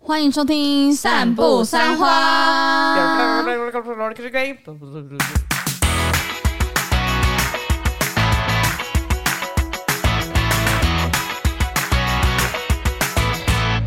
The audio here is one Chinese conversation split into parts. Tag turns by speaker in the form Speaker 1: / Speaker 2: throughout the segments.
Speaker 1: 欢迎收听《散步三
Speaker 2: 啊
Speaker 1: 花》。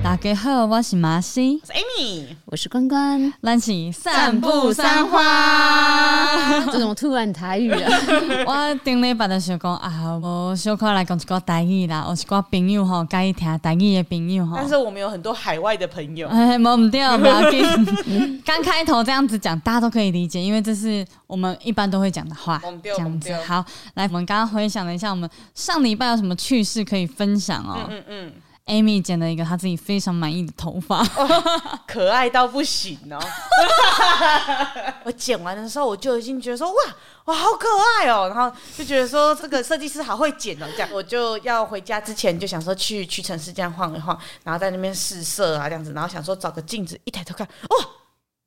Speaker 1: 大家好，我是马西，
Speaker 2: 是 Amy，
Speaker 3: 我是关关，
Speaker 1: 咱是
Speaker 2: 散步三花。
Speaker 3: 这种突然台语啊，
Speaker 1: 我顶礼拜就想讲啊，我小可来讲一个台语啦，有一寡朋友吼，介意听台语的朋友吼。
Speaker 2: 但是我们有很多海外的朋友，
Speaker 1: 哎，没唔掉，不要 紧。刚开头这样子讲，大家都可以理解，因为这是我们一般都会讲的话
Speaker 2: 懵。掉
Speaker 1: 这样子
Speaker 2: 懵，掉
Speaker 1: 好，来，我们刚刚回想了一下，我们上礼拜有什么趣事可以分享哦。
Speaker 2: 嗯嗯，
Speaker 1: Amy 剪了一个她自己非常满意的头发，
Speaker 2: 可爱到不行哦。 我剪完的时候，我就已经觉得说，哇哇，好可爱哦，然后就觉得说这个设计师好会剪哦，这样我就要回家之前就想说去屈臣氏这样晃一晃，然后在那边试色啊这样子，然后想说找个镜子，一抬头看，哇，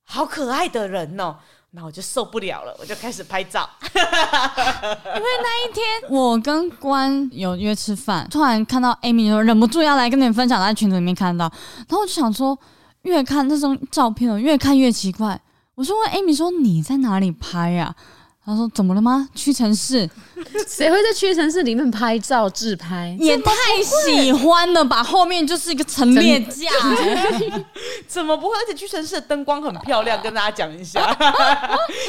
Speaker 2: 好可爱的人哦。然后我就受不了了，我就开始拍照。
Speaker 1: 那一天我跟关有约吃饭，突然看到 Amy 就忍不住要来跟你们分享，在群组里面看到，然后我就想说，越看这种照片，我越看越奇怪。我就问 Amy 说：“你在哪里拍呀、她说：“怎么了吗？屈臣氏
Speaker 3: 谁会在屈臣氏里面拍照自拍？
Speaker 1: 也太喜欢了吧！后面就是一个陈列架、
Speaker 2: 怎么不会？而且屈臣氏的灯光很漂亮，跟大家讲一下。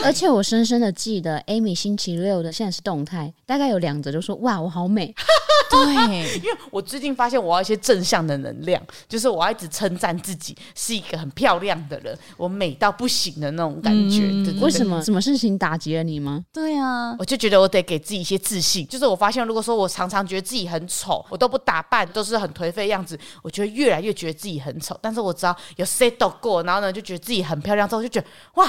Speaker 3: 而且我深深的记得 Amy 星期六的现实动态，大概有两则就说哇，我好美，
Speaker 1: 对，
Speaker 2: 因为我最近发现我要一些正向的能量，就是我要一直称赞自己是一个很漂亮的人，我美到不行的那种感觉。
Speaker 1: 嗯
Speaker 2: 对对对
Speaker 3: 为什么？什么事情打击了你吗？
Speaker 1: 对啊，
Speaker 2: 我就觉得我得给自己一些自信，就是我发现，如果说我常常觉得自己很丑，我都不打扮，都是很颓废的样子，我就会越来越觉得自己很丑。但是我只要有 set 过，然后呢，就觉得自己很漂亮之后，我就觉得哇，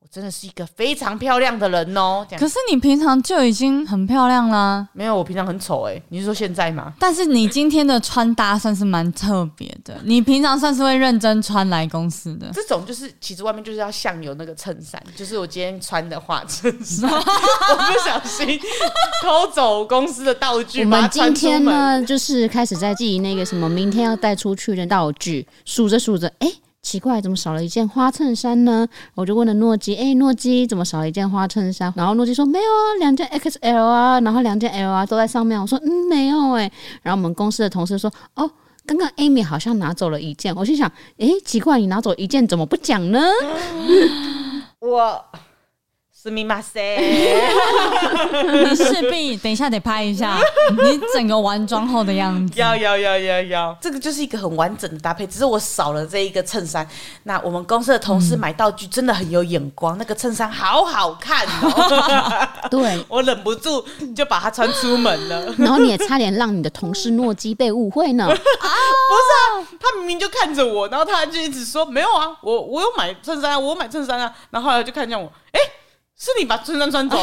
Speaker 2: 我真的是一个非常漂亮的人哦。这样
Speaker 1: 可是你平常就已经很漂亮啦。”
Speaker 2: 没有，我平常很丑哎、你是说现在吗？
Speaker 1: 但是你今天的穿搭算是蛮特别的，你平常算是会认真穿来公司的。
Speaker 2: 这种就是其实外面就是要像有那个衬衫，就是我今天穿的话衬 衫，我不小心偷走公司的道具，
Speaker 3: 我
Speaker 2: 把它
Speaker 3: 们今
Speaker 2: 穿出
Speaker 3: 天
Speaker 2: 门。
Speaker 3: 呢，就是开始在记那个什么明天要带出去的道具，数着数着，哎、奇怪，怎么少了一件花衬衫呢？我就问了诺基，哎、诺基怎么少了一件花衬衫？然后诺基说没有啊，两件 XL 啊，然后两件 L 啊都在上面。我说嗯，没有哎、然后我们公司的同事说，哦。刚刚 Amy 好像拿走了一件，我心想，哎，奇怪，你拿走一件怎么不讲 呢？
Speaker 2: 我すみ ません，
Speaker 1: 你势必等一下得拍一 下你整个完妆后的样 子。
Speaker 2: 要要要要要，这个就是一个很完整的搭配，只是我少了这一个衬衫。那我们公司的同
Speaker 3: 嗯
Speaker 2: 事买道具真的很有眼光，那个衬衫好好看哦，
Speaker 3: 对，
Speaker 2: 我忍不住就把它穿出门了。
Speaker 3: 然后你也差点让你的同事诺基被误会呢。
Speaker 2: 不是啊，他明明就看着我，然后他就一直说没有啊，我我有买衬衫啊，我有买衬衫啊，然后后来就看向我，哎、是你把衬 衫穿走，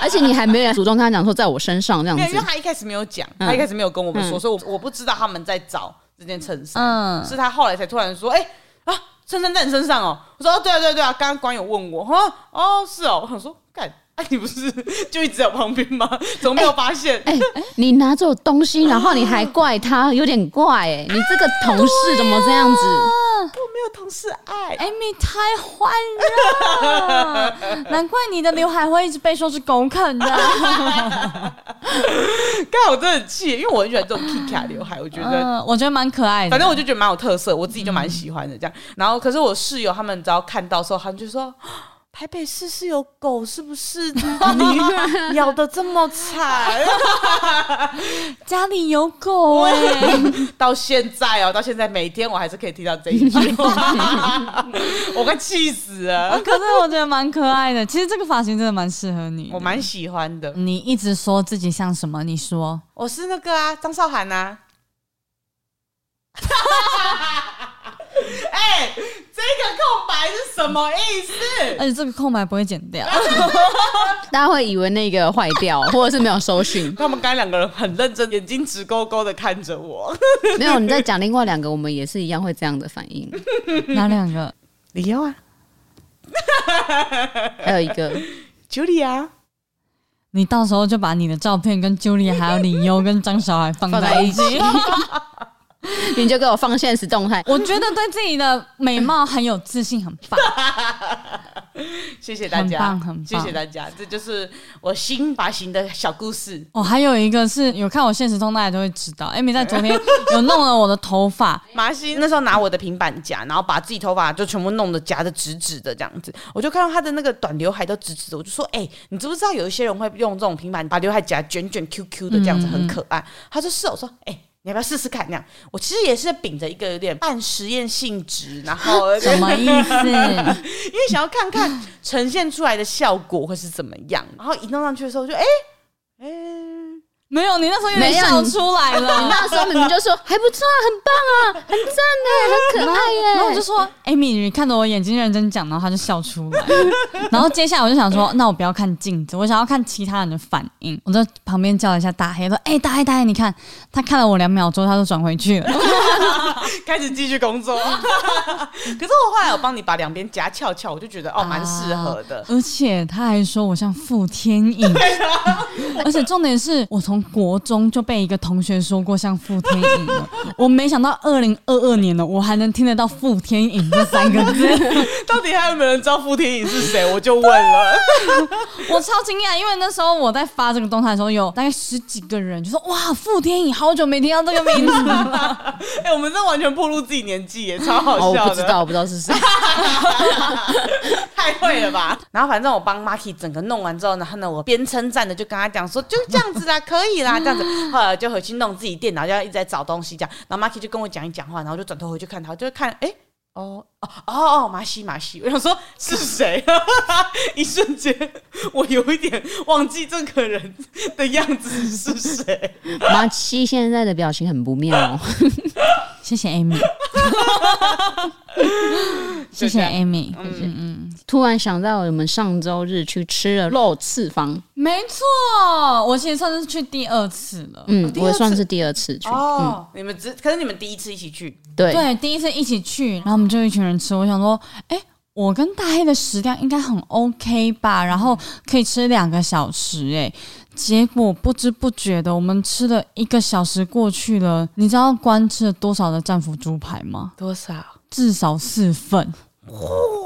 Speaker 3: 而且你还没有主动跟他讲说在我身上这样
Speaker 2: 没有，因为
Speaker 3: 子，
Speaker 2: 他一开始没有讲，他
Speaker 3: 嗯
Speaker 2: 一开始没有跟我们说，所以我我不知道他们在找这件衬衫，
Speaker 1: 嗯
Speaker 2: 是他后来才突然说，哎、啊，衬衫在你身上哦，我说哦，对啊对啊对啊，刚刚官友问我，哈，哦是哦，我想说干。哎、你不是就一直在我旁边吗？ 怎么没有发现？
Speaker 3: 哎、你拿走东西，然后你还怪他，有点怪哎、 你这个同事怎么这样子？
Speaker 2: 我哦没有同事爱，
Speaker 1: Amy 哎太欢 了，难怪你的刘海会一直被说是狗啃 的。
Speaker 2: 刚好我真的很气，因为我很喜欢这种 P 卡刘海，我觉得
Speaker 1: 嗯、我觉得蛮可爱的。
Speaker 2: 反正我就觉得蛮有特色，我自己就蛮喜欢的这样。然后，可是我室友他们只要看到的时候，他们就说。台北市是有狗是不是？你咬的这么惨，
Speaker 1: 家里有狗哎、
Speaker 2: 到现在哦，到现在每天我还是可以听到这一句话， 我快气死 了，
Speaker 1: 可是我觉得蛮可爱的。其实这个发型真的蛮适合你的。
Speaker 2: 我蛮喜欢的。
Speaker 1: 你一直说自己像什么？你说
Speaker 2: 我是那个啊，张韶涵啊。 哎、这个空白是什么意思？
Speaker 1: 而且这个空白不会剪 掉。
Speaker 3: 大家会以为那个坏掉，或者是没有搜 寻。
Speaker 2: 他们刚才两个人很认真，眼睛直勾勾的看着我。
Speaker 3: 没有，你在讲另外两个，我们也是一样会这样的反应。
Speaker 1: 哪两个？
Speaker 2: 理由啊
Speaker 3: 还有一个，
Speaker 2: ，Julia，
Speaker 1: 你到时候就把你的照片跟 Julia 还有李优跟张小海放在一起。
Speaker 3: 你就给我放现实动
Speaker 2: 啊
Speaker 3: 态。
Speaker 1: 我觉得对自己的美貌很有自信，很 棒。
Speaker 2: 谢谢大
Speaker 1: 很
Speaker 2: 家，
Speaker 1: 棒很
Speaker 2: 谢
Speaker 1: 棒
Speaker 2: 谢大家，这就是我新发行的小故事。
Speaker 1: 哦，还有一个是有看我现实中，大家都会知道，Amy 在昨天有弄了我的头发，
Speaker 2: 马欣那时候拿我的平板夹，然后把自己头发就全部弄得夹得直直的这样子，我就看到她的那个短刘海都直直的，我就说：“哎、你知不知道有一些人会用这种平板把刘海夹卷卷 Q Q 的这
Speaker 1: 嗯
Speaker 2: 样子很可爱？”她说：“是。”我说：“哎、你要不要试试看？那样，我其实也是秉着一个有点半实验性质，然后
Speaker 1: 什么意思？
Speaker 2: 因为想要看看呈现出来的效果会是怎么样。然后一弄上去的时候，我就哎哎、
Speaker 1: 没有，你那时候有点
Speaker 3: 没有
Speaker 1: 笑
Speaker 3: 你
Speaker 1: 出来了。
Speaker 3: 那时候明明就说还不错啊，很棒啊，很 赞呢，很可爱耶。
Speaker 1: 然后我就说：“Amy，你看着我眼睛认真讲。”然后他就笑出来。 然后接下来我就想说：“那我不要看镜子，我想要看其他人的反应。”我在旁边叫了一下大黑，说：“哎、大黑，大黑，你看。”他看了我两秒钟，他就转回去了。
Speaker 2: 开始继续工作。 可是我后来有帮你把两边夹翘翘，我就觉得哦， 蛮适合的。
Speaker 1: 而且他还说我像傅天颖，
Speaker 2: 啊
Speaker 1: 而且重点是我从国中就被一个同学说过像傅天颖了，我没想到二零二二年了，我还能听得到傅天颖这三个字，
Speaker 2: 到底还有没有人知道傅天颖是谁？我就问 了。
Speaker 1: 我超惊讶，因为那时候我在发这个动态的时候，有大概十几个人就说哇傅天颖，好久没听到这个名字 了，
Speaker 2: 哎、我们这完全暴露自己年纪耶，超好
Speaker 3: 哦，我
Speaker 2: 笑
Speaker 3: 不知
Speaker 2: 的，
Speaker 3: 道，我不知道 是谁。
Speaker 2: 太会了吧？然后反正我帮 Marky 整个弄完之后，然后呢，我边称赞的就跟他讲说，就这样子啦，可以啦，这样子。后来就回去弄自己电脑，就要一直在找东西这样。然后 Marky 就跟我讲一讲话，然后我就转头回去看他，就看哎。哦哦哦哦，马西马西，我想说是谁？ 一瞬间，我有一点忘记这个人的样子是谁。
Speaker 3: 马七现在的表情很不妙哦，
Speaker 1: 谢谢 Amy，谢谢 Amy，嗯嗯。
Speaker 3: 突然想到我们上周日去吃了肉次方，
Speaker 1: 没错，我其实算是去第二次了。
Speaker 3: 嗯，
Speaker 2: 第二次
Speaker 3: 我也算是第二次去，
Speaker 2: 哦，你们只可是你们第一次一起去，
Speaker 3: 对，
Speaker 1: 对，第一次一起去，然后我们就一群人吃。我想说，哎、我跟大黑的食量应该很 OK 吧，然后可以吃两个小时、诶，哎，结果不知不觉的，我们吃了一个小时过去了。你知道关吃了多少的战斧猪排吗？
Speaker 2: 多少？
Speaker 1: 至少四份。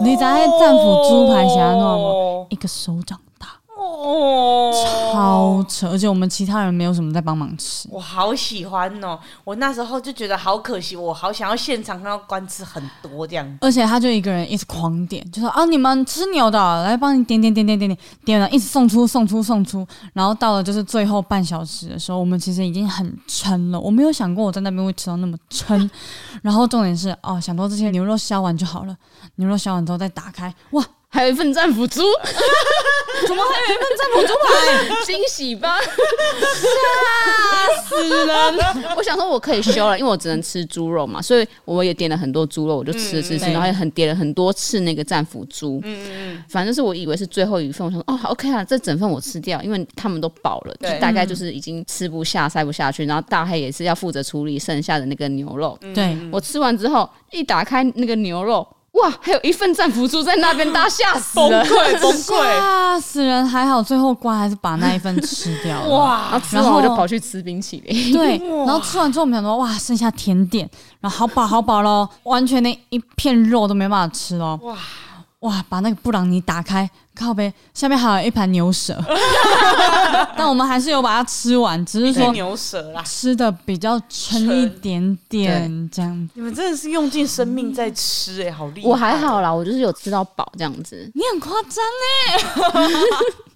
Speaker 1: 你知道那战斧猪排想要弄吗？
Speaker 2: 哦
Speaker 1: 一个手掌大，
Speaker 2: 哦，
Speaker 1: 超扯，而且我们其他人没有什么在帮忙吃。
Speaker 2: 我好喜欢哦！我那时候就觉得好可惜，我好想要现场看到官吃很多这样。
Speaker 1: 而且他就一个人一直狂点，就说啊，你们吃牛的，来帮你点点点点点点点了，一直送出送出送出，然后到了就是最后半小时的时候，我们其实已经很撑了，我没有想过我在那边会吃到那么撑。然后重点是哦，想到这些牛肉削完就好了，牛肉削完之后再打开，哇，
Speaker 3: 还有一份战斧猪，
Speaker 1: 怎么还有一份战斧猪
Speaker 3: 惊喜吧！
Speaker 1: 排死人？
Speaker 3: 我想说我可以休了，因为我只能吃猪肉嘛，所以我也点了很多猪肉，我就吃吃吃，
Speaker 1: 对
Speaker 3: 然后也很点了很多次那个战斧猪，
Speaker 1: 嗯
Speaker 2: 嗯
Speaker 3: 反正是我以为是最后一份，我想说哦好 OK 啊，这整份我吃掉，因为他们都饱了，就
Speaker 2: 对
Speaker 3: 大概就是已经吃不下、塞不下去，然后大黑也是要负责处理剩下的那个牛肉，
Speaker 1: 对，
Speaker 3: 我吃完之后一打开那个牛肉，哇，还有一份战斧猪在那 边，大家吓死
Speaker 2: 嗯崩
Speaker 3: 了。
Speaker 2: 溃崩溃！
Speaker 1: 吓死人！还好最后瓜还是把那一份吃掉了。
Speaker 2: 哇，
Speaker 3: 然后吃哦完我就跑去吃冰淇 淋，
Speaker 1: 对，然后吃完之后我们想说，哇，剩下甜点，然后好饱好饱喽，完全连一片肉都没办法吃喽。哇哇，把那个布朗尼打开，靠呗，下面还有一盘牛 舌，但我们还是有把它吃完，只是
Speaker 2: 一只
Speaker 1: 说
Speaker 2: 牛舌啦！
Speaker 1: 吃的比较撑一点点这样。
Speaker 2: 你们真的是用尽生命在吃哎、好厉害！
Speaker 3: 我还，好啦，我就是有吃到饱这样子，
Speaker 1: 你很夸张啊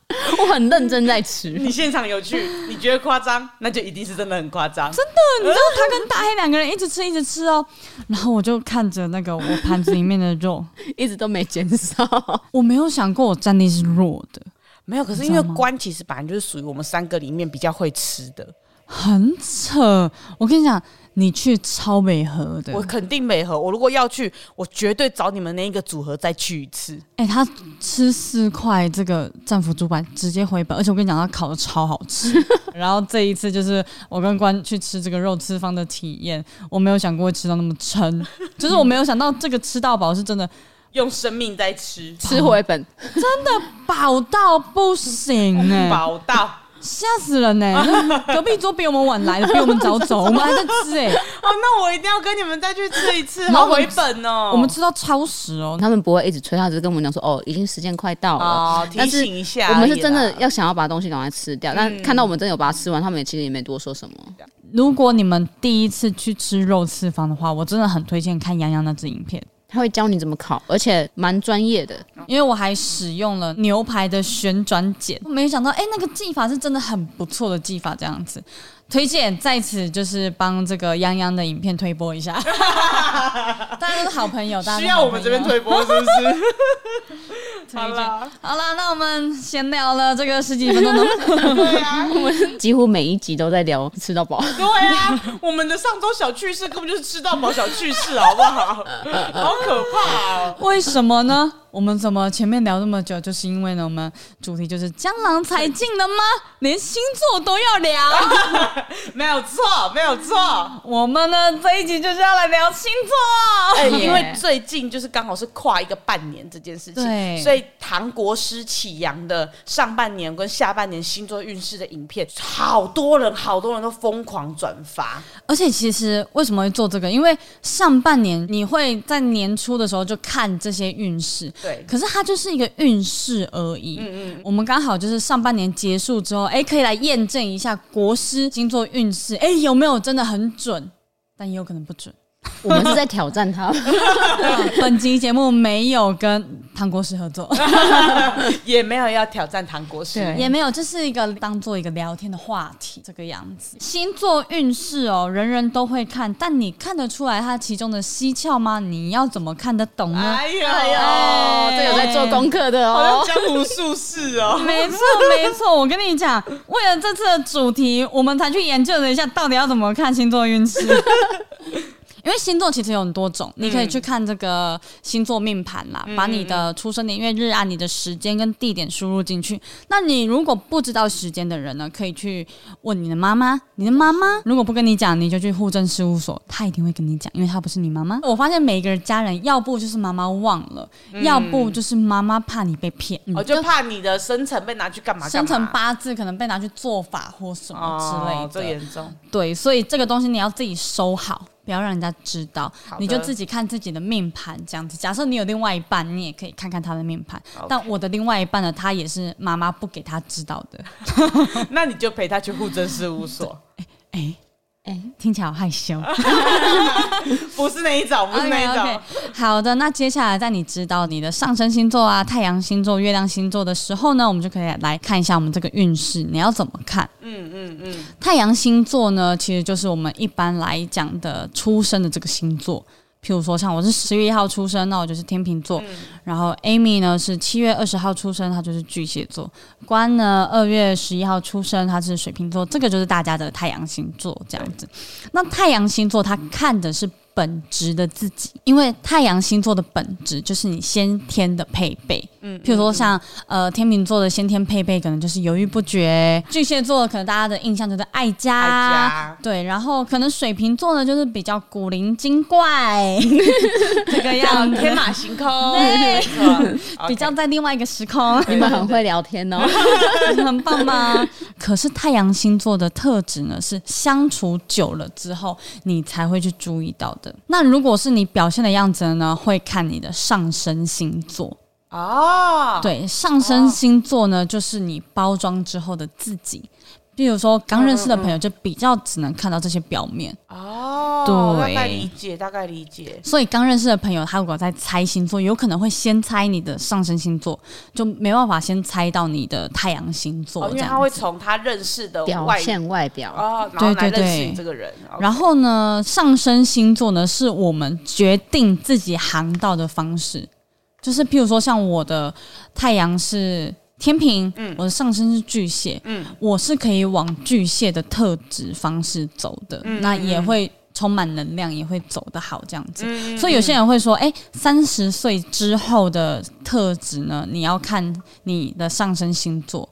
Speaker 3: 我很认真在吃。
Speaker 2: 你现场有去，你觉得夸张，那就一定是真的很夸张。真的，
Speaker 1: 你知道他跟大黑两个人一直吃一直吃哦，然后我就看着那个我盘子里面的肉，
Speaker 3: 一直都没减 少。
Speaker 1: 我没有想过我战力是弱的，
Speaker 2: 没有。可是因为官其实本来就是属于我们三个里面比较会吃的，
Speaker 1: 很扯。我跟你讲，你去超美河的，
Speaker 2: 我肯定美和。我如果要去，我绝对找你们那一个组合再去一次。
Speaker 1: 哎、他吃四块这个战斧猪排直接回本，而且我跟你讲，他烤的超好 吃。然后这一次就是我跟关去吃这个肉吃方的体验，我没有想过会吃到那么 撑，就是我没有想到这个吃到饱是真的
Speaker 2: 用生命在吃，
Speaker 3: 吃回本，
Speaker 2: 嗯
Speaker 1: 饱到不行哎、
Speaker 2: 饱到
Speaker 1: 吓死人呢、那隔壁桌比我们晚来的，比我们早走，我们还在吃哎、
Speaker 2: 哦，那我一定要跟你们再去吃一 次，
Speaker 1: 然后
Speaker 2: 好
Speaker 1: 我们
Speaker 2: 回本哦。
Speaker 1: 我们吃到超时哦。
Speaker 3: 他们不会一直催，他只是跟我们讲说，哦，已经时间快到了。
Speaker 2: 哦，提
Speaker 3: 但是
Speaker 2: 醒一下而已
Speaker 3: 我
Speaker 2: 啦，
Speaker 3: 们是真的要想要把东西赶快吃掉，但
Speaker 2: 嗯
Speaker 3: 看到我们真的有把它吃完，他们也其实也没多说什么。
Speaker 1: 如果你们第一次去吃肉刺方的话，我真的很推荐看洋洋那支影片，
Speaker 3: 他会教你怎么烤，而且蛮专业的。
Speaker 2: 哦
Speaker 1: 因为我还使用了牛排的旋转剪，我没想到哎、那个技法是真的很不错的技法，这样子推荐在此就是帮这个洋洋的影片推播一 下，大家都是好朋友，大家都
Speaker 2: 需
Speaker 1: 是
Speaker 2: 要
Speaker 1: 好
Speaker 2: 我们这边
Speaker 1: 朋友
Speaker 2: 推波是不是？
Speaker 1: 推
Speaker 2: 好
Speaker 1: 荐。
Speaker 2: 啦，
Speaker 1: 好啦，那我们闲聊了这个十几分钟 都
Speaker 2: 对啊，
Speaker 3: 几乎每一集都在聊吃到 饱，
Speaker 2: 对啊，我们的上周小趣事根本就是吃到饱小趣事，好不好？好可怕哦！
Speaker 1: 为什么呢？我们怎么前面聊那么久，就是因为呢，我们主题就是江郎才尽了吗？连星座都要聊。
Speaker 2: 没有错，没有错。
Speaker 1: 我们呢这一集就是要来聊星座。
Speaker 2: 哎，
Speaker 3: 耶
Speaker 2: 因为最近就是刚好是跨一个半年这件事
Speaker 1: 对
Speaker 2: 情，所以唐国师启阳的上半年跟下半年星座运势的影片，好多人好多人都疯狂转发，
Speaker 1: 而且其实为什么会做这个？因为上半年你会在年初的时候就看这些运势，
Speaker 2: 对，
Speaker 1: 可是它就是一个运势而已。嗯嗯，我们刚好就是上半年结束之后，哎，可以来验证一下国师星座运势，哎，有没有真的很准？但也有可能不 准。
Speaker 3: 我们是在挑战他。
Speaker 1: 本集节目没有跟唐国师合作，
Speaker 2: 也没有要挑战唐国师，
Speaker 3: 对
Speaker 1: 也没有，这是一个当做一个聊天的话题，这个样子。星座运势哦，人人都会看，但你看得出来它其中的蹊跷吗？你要怎么看得懂呢？
Speaker 2: 哎呦，
Speaker 3: 哦，这有在做功课的
Speaker 2: 好像
Speaker 3: 哦。
Speaker 2: 江湖术士哦。
Speaker 1: 没错，没错，我跟你讲，为了这次的主题，我们才去研究了一下，到底要怎么看星座 运势。因为星座其实有很多种，你可以去看这个星座命盘啦，把你的出生年月日啊、你的时间跟地点输入进去。那你如果不知道时间的人呢，可以去问你的妈妈。你的妈妈如果不跟你讲，你就去户政事务所，她一定会跟你讲，因为她不是你妈妈。我发现每一个人家人，要不就是妈妈忘了，要不就是妈妈怕你被骗，嗯
Speaker 2: 我就怕你的生辰被拿去干嘛啊干
Speaker 1: 生
Speaker 2: 嘛？
Speaker 1: 辰八字可能被拿去做法或什么
Speaker 2: 哦，
Speaker 1: 之
Speaker 2: 这
Speaker 1: 类的，
Speaker 2: 严重。
Speaker 1: 对，所以这个东西你要自己收好，不要让人家知道
Speaker 2: 好，的
Speaker 1: 你就自己看自己的命盘这样子。假设你有另外一半，你也可以看看他的命盘。
Speaker 2: OK
Speaker 1: 但我的另外一半呢，他也是妈妈不给他知道的。
Speaker 2: 那你就陪他去户政事务所，
Speaker 1: 哎、
Speaker 3: 哎，
Speaker 1: 听起来好害 羞。
Speaker 2: 不是那一种，不是 那一
Speaker 1: OK
Speaker 2: 种
Speaker 1: 哎 OK，。好的。那接下来在你知道你的上升星座啊、太阳星座、月亮星座的时候呢，我们就可以来看一下我们这个运势，你要怎么看？
Speaker 2: 嗯嗯嗯，
Speaker 1: 太阳星座呢，其实就是我们一般来讲的出生的这个星座。譬如说，像我是十月一号出生，那我就是天秤座。然后 Amy 呢是七月二十号出生，她就是巨蟹座。关呢二月十一号出生，她是水瓶座。这个就是大家的太阳星座这样子。那太阳星座它看的是本质的自己，因为太阳星座的本质就是你先天的配备。嗯，譬如说像呃天秤座的先天配备可能就是犹豫不决，巨蟹座可能大家的印象就是爱家。
Speaker 2: 爱 家
Speaker 1: 对，然后可能水瓶座呢，就是比较古灵精 怪这个样子，
Speaker 2: 天马行空，
Speaker 1: 对
Speaker 2: 没错，
Speaker 1: 比较
Speaker 2: OK
Speaker 1: 在另外一个时空。
Speaker 3: 你们很会聊天 哦。
Speaker 1: 很棒吗？可是太阳星座的特质呢，是相处久了之后你才会去注意到的。那如果是你表现的样子呢，会看你的上升星座。
Speaker 2: 哦，
Speaker 1: 对，上升星座呢，就是你包装之后的自己。比如说刚认识的朋
Speaker 2: 嗯
Speaker 1: 友，就比较只能看到这些表面。
Speaker 2: 哦，
Speaker 1: 对
Speaker 2: 大概理解，大概理解。
Speaker 1: 所以刚认识的朋友，他如果在猜星座，有可能会先猜你的上升星座，就没办法先猜到你的太阳星座
Speaker 2: 哦，因
Speaker 1: 这
Speaker 2: 为
Speaker 1: 样子。
Speaker 2: 他会从他认识的
Speaker 3: 表
Speaker 2: 外
Speaker 3: 现外表，
Speaker 2: 哦，然后
Speaker 1: 对对
Speaker 2: 来
Speaker 1: 对
Speaker 2: 认识你这个人。OK 哦
Speaker 1: 然后呢，上升星座呢是我们决定自己航道的方式，就是譬如说像我的太阳是天平，我的上升是巨蟹，我是可以往巨蟹的特质方式走的，那也会。充满能量也会走得好，这样子。所以有些人会说：“哎、三十岁之后的特质呢，你要看你的上升星座。”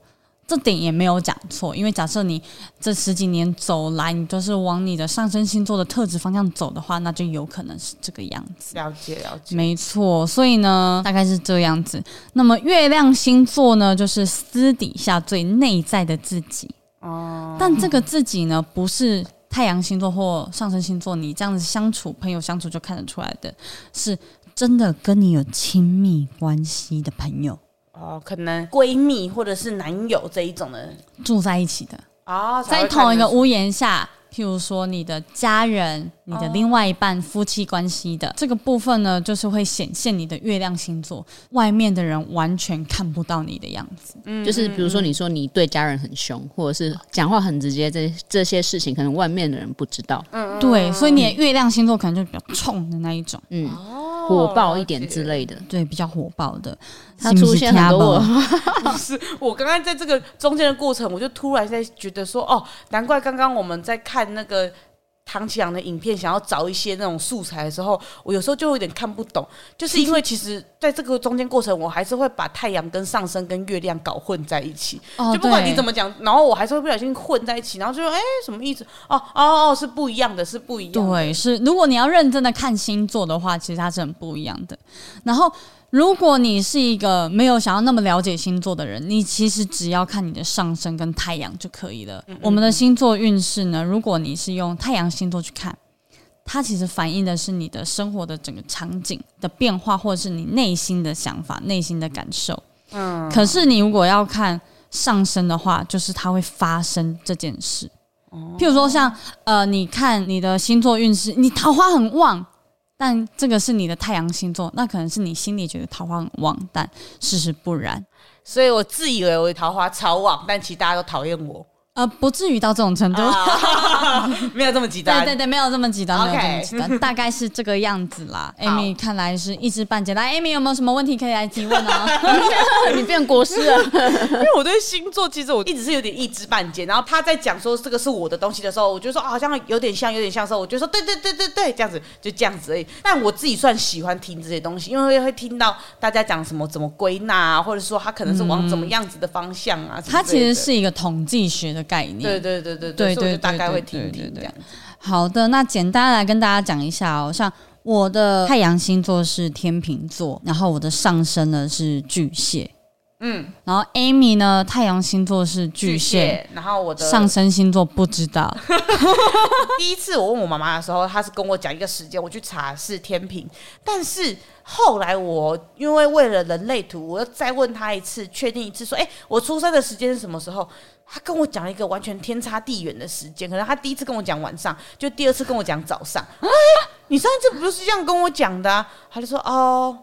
Speaker 1: 这点也没有讲错，因为假设你这十几年走来，你都是往你的上升星座的特质方向走的话，那就有可能是这个样子。
Speaker 2: 了解了解，
Speaker 1: 没错，所以呢，大概是这样子。那么月亮星座呢，就是私底下最内在的自己。
Speaker 2: 哦，
Speaker 1: 但这个自己呢，不是太阳星座或上升星座，你这样子相处朋友相处就看得出来的，是真的跟你有亲密关系的朋友
Speaker 2: 哦，可能闺蜜或者是男友这一种的
Speaker 1: 住在一起的，
Speaker 2: 哦，才
Speaker 1: 在
Speaker 2: 会
Speaker 1: 同一个
Speaker 2: 看得出
Speaker 1: 屋檐下。譬如说，你的家人、你的另外一半、夫妻关系的这个部分呢，就是会显现你的月亮星座，外面的人完全看不到你的样子。
Speaker 3: 就是比如说你说你对家人很凶，或者是讲话很直接，这这些事情可能外面的人不知道，
Speaker 1: 对，所以你的月亮星座可能就比较冲的那一种，
Speaker 3: 嗯，
Speaker 2: 哦
Speaker 3: 火爆一点之类的。
Speaker 1: 对，比较火爆的。
Speaker 3: 它出现很多
Speaker 1: 是不是
Speaker 3: 我，
Speaker 2: 不是，我刚刚在这个中间的过程，我就突然在觉得说，哦，难怪刚刚我们在看那个唐奇阳的影片，想要找一些那种素材的时候，我有时候就有点看不懂，就是因为其实在这个中间过程，我还是会把太阳跟上升跟月亮搞混在一起，
Speaker 1: 哦，
Speaker 2: 就不管
Speaker 1: 对
Speaker 2: 你怎么讲，然后我还是会不小心混在一起，然后就说，哎、什么意思？哦哦哦，是不一样的，是不一样的。
Speaker 1: 对，是如果你要认真的看星座的话，其实它是很不一样的。然后，如果你是一个没有想要那么了解星座的人，你其实只要看你的上升跟太阳就可以
Speaker 2: 嗯
Speaker 1: 了。我们的星座运势呢，如果你是用太阳星座去看。它其实反映的是你的生活的整个场景的变化，或者是你内心的想法、内心的感受。嗯，可是你如果要看上升的话，就是它会发生这件事。
Speaker 2: 哦
Speaker 1: 譬如说像呃，你看你的星座运势，你桃花很旺，但这个是你的太阳星座，那可能是你心里觉得桃花很旺，但事实不然，
Speaker 2: 所以我自以为我的桃花超旺，但其实大家都讨厌 我，
Speaker 1: 呃，不至于到这种程度。
Speaker 2: 啊 没有这么极端。
Speaker 1: 对对对，没有这么极端，没有这么
Speaker 2: OK
Speaker 1: 极端，大概是这个样子 啦。Amy 看来是一知半解，来，Amy 有没有什么问题可以来提问哦？
Speaker 3: 你变国师 了，
Speaker 2: 因为我对星座其实我一直是有点一知半解，然后他在讲说这个是我的东西的时候，我就说、啊好像有点像，有点像的时候，我就说对对对对对，这样子就这样子而已。但我自己算喜欢听这些东西，因为会听到大家讲什么怎么归纳啊，或者说他可能是往怎么样子的方向啊。什么
Speaker 1: 它嗯
Speaker 2: 之
Speaker 1: 其
Speaker 2: 类
Speaker 1: 实
Speaker 2: 的
Speaker 1: 是一个统计学的概念，
Speaker 2: 对对对对
Speaker 1: 对
Speaker 2: 所以我
Speaker 1: 对
Speaker 2: 就大概
Speaker 1: 对
Speaker 2: 会
Speaker 1: 对
Speaker 2: 听
Speaker 1: 对
Speaker 2: 听
Speaker 1: 对
Speaker 2: 这样。
Speaker 1: 好的，那简单来跟大家讲一下哦，像我的太阳星座是天秤座，然后我的上升呢是巨蟹，嗯，然后 Amy 呢太阳星座是巨蟹。
Speaker 2: 巨蟹，然后我的
Speaker 1: 上升星座不知 道，
Speaker 2: 第一次我问我妈妈的时候，她是跟我讲一个时间，我去查是天平，但是后来我因为为了人类图，我又再问她一次，确定一次说，哎、我出生的时间是什么时候？她跟我讲一个完全天差地远的时间，可能她第一次跟我讲晚上，就第二次跟我讲早上。哎、你上一次不是这样跟我讲的、啊？她就说，哦。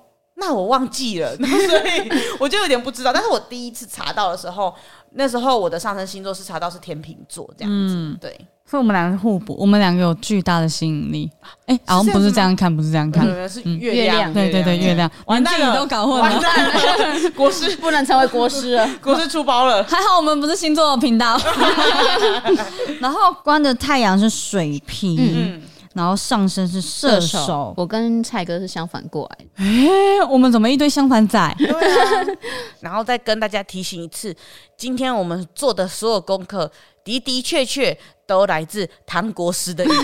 Speaker 2: 那我忘记了， 所以我就有点不知道。但是我第一次查到的时候，那时候我的上升星座是查到是天秤座这样子，
Speaker 1: 嗯
Speaker 2: 对。
Speaker 1: 所以我们两个是互补，我们两个有巨大的吸引力。哎、好像不是这样看，不是这样看，
Speaker 2: 没有是月
Speaker 3: 月亮
Speaker 1: 对对对，嗯月亮，
Speaker 2: 完蛋
Speaker 1: 连自
Speaker 2: 了，
Speaker 1: 己都搞混
Speaker 2: 完
Speaker 1: 了。
Speaker 2: 蛋了，国师
Speaker 3: 不能成为国师了。
Speaker 2: 国师出包了。
Speaker 1: 还好我们不是星座的频道。 然后关的太阳是水瓶，
Speaker 2: 嗯，
Speaker 1: 然后上升是射手。
Speaker 3: 我跟蔡哥是相反过来的，
Speaker 1: 哎、我们怎么一堆相反仔？
Speaker 2: 对啊。然后再跟大家提醒一次，今天我们做的所有功课，的的确确都来自唐国师的影片。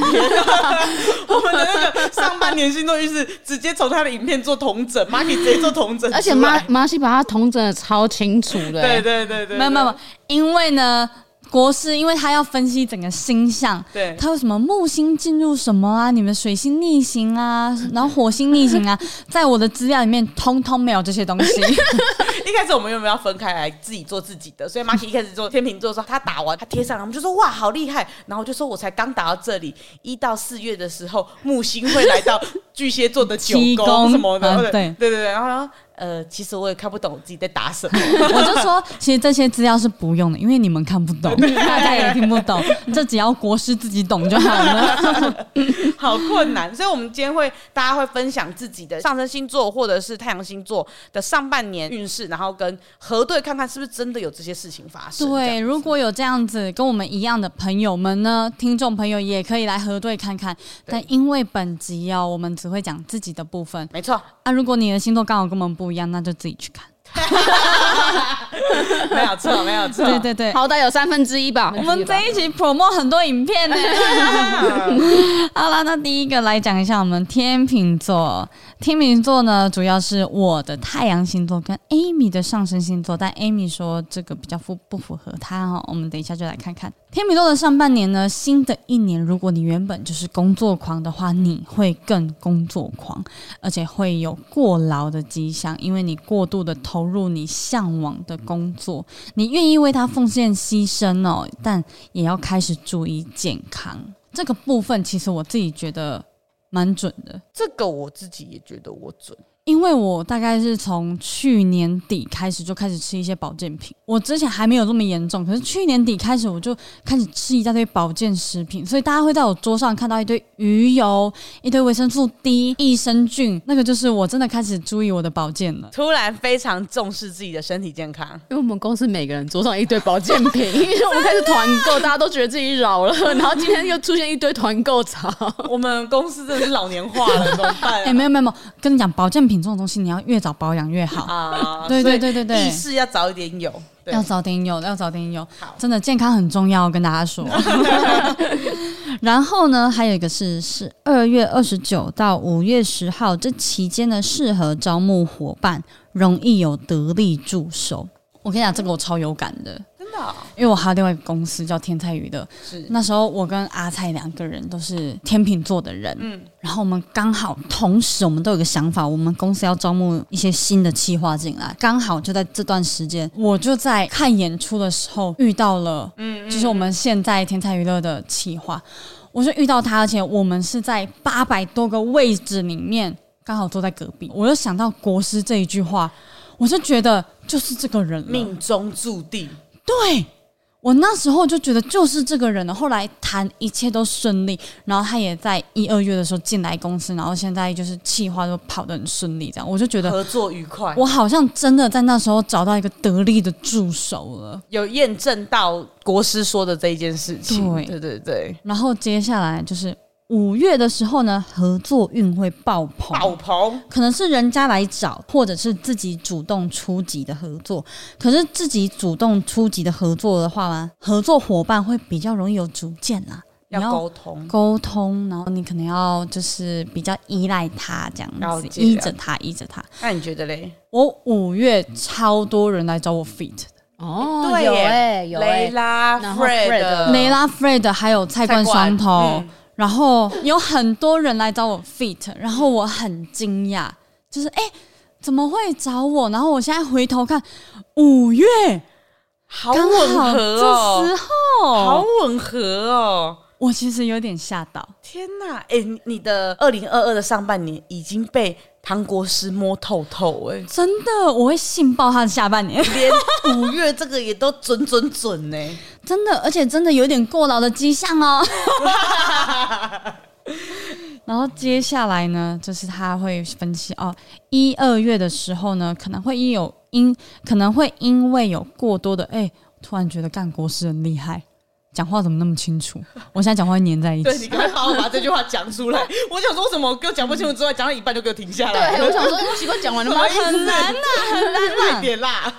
Speaker 2: 我们的那个上半年星座运势，直接从他的影片做同整，马你直接做同整出来，
Speaker 3: 而且马马西把他统整的超清楚的、
Speaker 2: 对对对对，
Speaker 1: 没有没有，没有，因为呢，国师因为他要分析整个星象，
Speaker 2: 对
Speaker 1: 他有什么木星进入什么啊，你们水星逆行啊，然后火星逆 行啊，在我的资料里面通通没有这些东西。
Speaker 2: 一开始我们原本要分开来自己做自己的，所 以 Marky 一开始做天秤座的时候，他打完他贴上来，我们就说哇好厉害，然后我就说我才刚打到这里，一到四月的时候，木星会 来到巨蟹座的九
Speaker 1: 七
Speaker 2: 宫
Speaker 1: 宫
Speaker 2: 什么的，
Speaker 1: 啊
Speaker 2: 对
Speaker 1: 对
Speaker 2: 对对对，然后然后呃，其实我也看不懂我自己在打什么，
Speaker 1: 我就说，其实这些资料是不用的，因为你们看不懂，大家也听不懂，这只要国师自己懂就好了。
Speaker 2: 好困难，所以我们今天会大家会分享自己的上升星座或者是太阳星座的上半年运势，然后跟核对看看是不是真的有这些事情发生，这
Speaker 1: 对，
Speaker 2: 样，
Speaker 1: 如果有这样子跟我们一样的朋友们呢，听众朋友也可以来核对看看。但因为本集哦，我们只会讲自己的部分
Speaker 2: 没错。
Speaker 1: 啊。如果你的星座刚好跟我们不一样，那就自己去看。
Speaker 2: 没有错，没有错。
Speaker 1: 对对对，
Speaker 3: 好歹有三分之一吧。
Speaker 1: 我们这一集 promo 很多影 片呢。好啦，那第一个来讲一下我们天秤座，天秤座呢，主要是我的太阳星座跟 Amy 的上升星座，但 Amy 说这个比较符不符合她哈、哦。我们等一下就来看看天秤座的上半年呢，新的一年，如果你原本就是工作狂的话，你会更工作狂，而且会有过劳的迹象，因为你过度的投入你向往的工作，你愿意为他奉献牺牲哦，但也要开始注意健康这个部分。其实我自己觉得蛮准的。
Speaker 2: 这个我自己也觉得我准，
Speaker 1: 因为我大概是从去年底开始就开始吃一些保健品，我之前还没有这么严重，可是去年底开始我就开始吃一大堆保健食品，所以大家会在我桌上看到一堆鱼油、一堆维生素 D、益生菌，那个就是我真的开始注意我的保健了。
Speaker 2: 突然非常重视自己的身体健康。
Speaker 3: 因为我们公司每个人桌上一堆保健品，因为我们开始团购，大家都觉得自己老了，然后今天又出现一堆团购潮。
Speaker 2: 我们公司真的是老年化了，怎么办啊
Speaker 1: 哎、没有没有没有，跟你讲，保健品这种东西，你要越早保养越好，
Speaker 2: 啊？
Speaker 1: 对
Speaker 2: 所以
Speaker 1: 对对对对
Speaker 2: 意识要早一点有。对
Speaker 1: 要早点有，要早点有
Speaker 2: 好，
Speaker 1: 真的健康很重要，我跟大家 说。然后呢，还有一个是是二月二十九到五月十号这期间呢，适合招募伙伴，容易有得力助手。我跟你讲，这个我超有感的，
Speaker 2: 真的啊、
Speaker 1: 因为我还有另外一个公司叫天菜娱乐，
Speaker 2: 是
Speaker 1: 那时候我跟阿菜两个人都是天秤座的人，
Speaker 2: 嗯
Speaker 1: 然后我们刚好同时我们都有个想法，我们公司要招募一些新的企划进来，刚好就在这段时间，我就在看演出的时候遇到了，嗯，就是我们现在天才娱乐的企划，我就遇到他，而且我们是在八百多个位置里面刚好坐在隔壁，我就想到国师这一句话，我就觉得就是这个人了
Speaker 2: 命中注定。
Speaker 1: 对我那时候就觉得就是这个人了。哦后来谈一切都顺利，然后他也在一二月的时候进来公司，然后现在就是企划都跑得很顺利，这样我就觉得
Speaker 2: 合作愉快，
Speaker 1: 我好像真的在那时候找到一个得力的助手了。
Speaker 2: 有验证到国师说的这一件事情。
Speaker 1: 对
Speaker 2: 对对对，
Speaker 1: 然后接下来就是五月的时候呢，合作运会爆棚，
Speaker 2: 爆棚
Speaker 1: 可能是人家来找，或者是自己主动出击的合作。可是自己主动出击的合作的话嘛，合作伙伴会比较容易有主见啊啦。你
Speaker 2: 要沟通，
Speaker 1: 沟通，然后你可能要就是比较依赖他这样
Speaker 2: 了
Speaker 1: 子，
Speaker 2: 解
Speaker 1: 依着他，依着他。
Speaker 2: 那你觉得嘞？
Speaker 1: 我五月超多人来找我 fit，
Speaker 3: 哦
Speaker 2: 对耶
Speaker 3: 有哎、有哎、
Speaker 2: 雷拉、
Speaker 3: 然后
Speaker 2: 嗯
Speaker 3: Fred
Speaker 1: 雷拉呃 Fred 还有菜
Speaker 2: 蔡
Speaker 1: 冠双头，
Speaker 2: 嗯
Speaker 1: 然后有很多人来找我 fit，然后我很惊讶，就是哎、诶怎么会找我？然后我现在回头看，五月
Speaker 2: 好
Speaker 1: 刚
Speaker 2: 吻
Speaker 1: 好
Speaker 2: 合
Speaker 1: 这
Speaker 2: 哦，
Speaker 1: 时候，
Speaker 2: 好吻合哦！
Speaker 1: 我其实有点吓到。。
Speaker 2: 天哪，哎、你你的二零二二的上半年已经被唐国师摸透透、哎
Speaker 1: 真的，我会信爆他的下半年，
Speaker 2: 连五月这个也都准准准呢、
Speaker 1: 真的，而且真的有点过劳的迹象哦。然后接下来呢，就是他会分析哦，一二月的时候呢，可能会有因可能会因为有过多的哎、突然觉得干国师很厉害，讲话怎么那么清楚？我现在讲话会粘在一
Speaker 2: 对
Speaker 1: 起。
Speaker 2: 你刚才好好把这句话讲出 来，我想说什么，给我讲不清楚之外，讲到一半就给我停下来，
Speaker 3: 对，我想说，嗯奇怪，讲完 了吗？
Speaker 1: 很难
Speaker 2: 啊
Speaker 1: 呐、很难呐、
Speaker 2: 快点啦！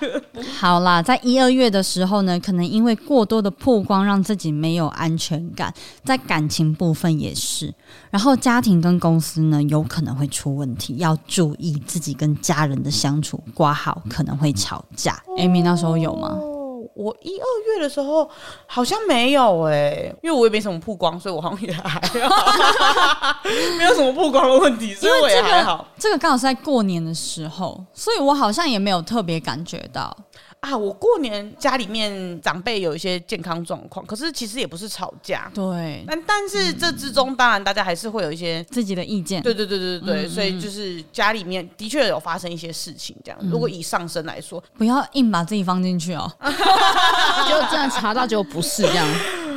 Speaker 1: 好啦，在一二月的时候呢，可能因为过多的曝光，让自己没有安全感，在感情部分也是。然后家庭跟公司呢，有可能会出问题，要注意自己跟家人的相处，挂好可能会吵架。Amy 那时候有吗？
Speaker 2: 哦，我一二月的时候好像没有哎、因为我也没什么曝光，所以我好像也还好， 没有什么曝光的问题，所以我也还好
Speaker 1: 这个刚好是在过年的时候，所以我好像也没有特别感觉到。
Speaker 2: 啊。我过年家里面长辈有一些健康状况，可是其实也不是吵架，
Speaker 1: 对
Speaker 2: 但但是这之中当然大家还是会有一些。
Speaker 1: 自己的意见，
Speaker 2: 对对对对对对，
Speaker 1: 嗯
Speaker 2: 所以就是家里面的确有发生一些事情，这样。如果以上升来说，
Speaker 1: 不要硬把自己放进去哦。
Speaker 3: 结果真的查到，结果不是这样。
Speaker 2: 嗯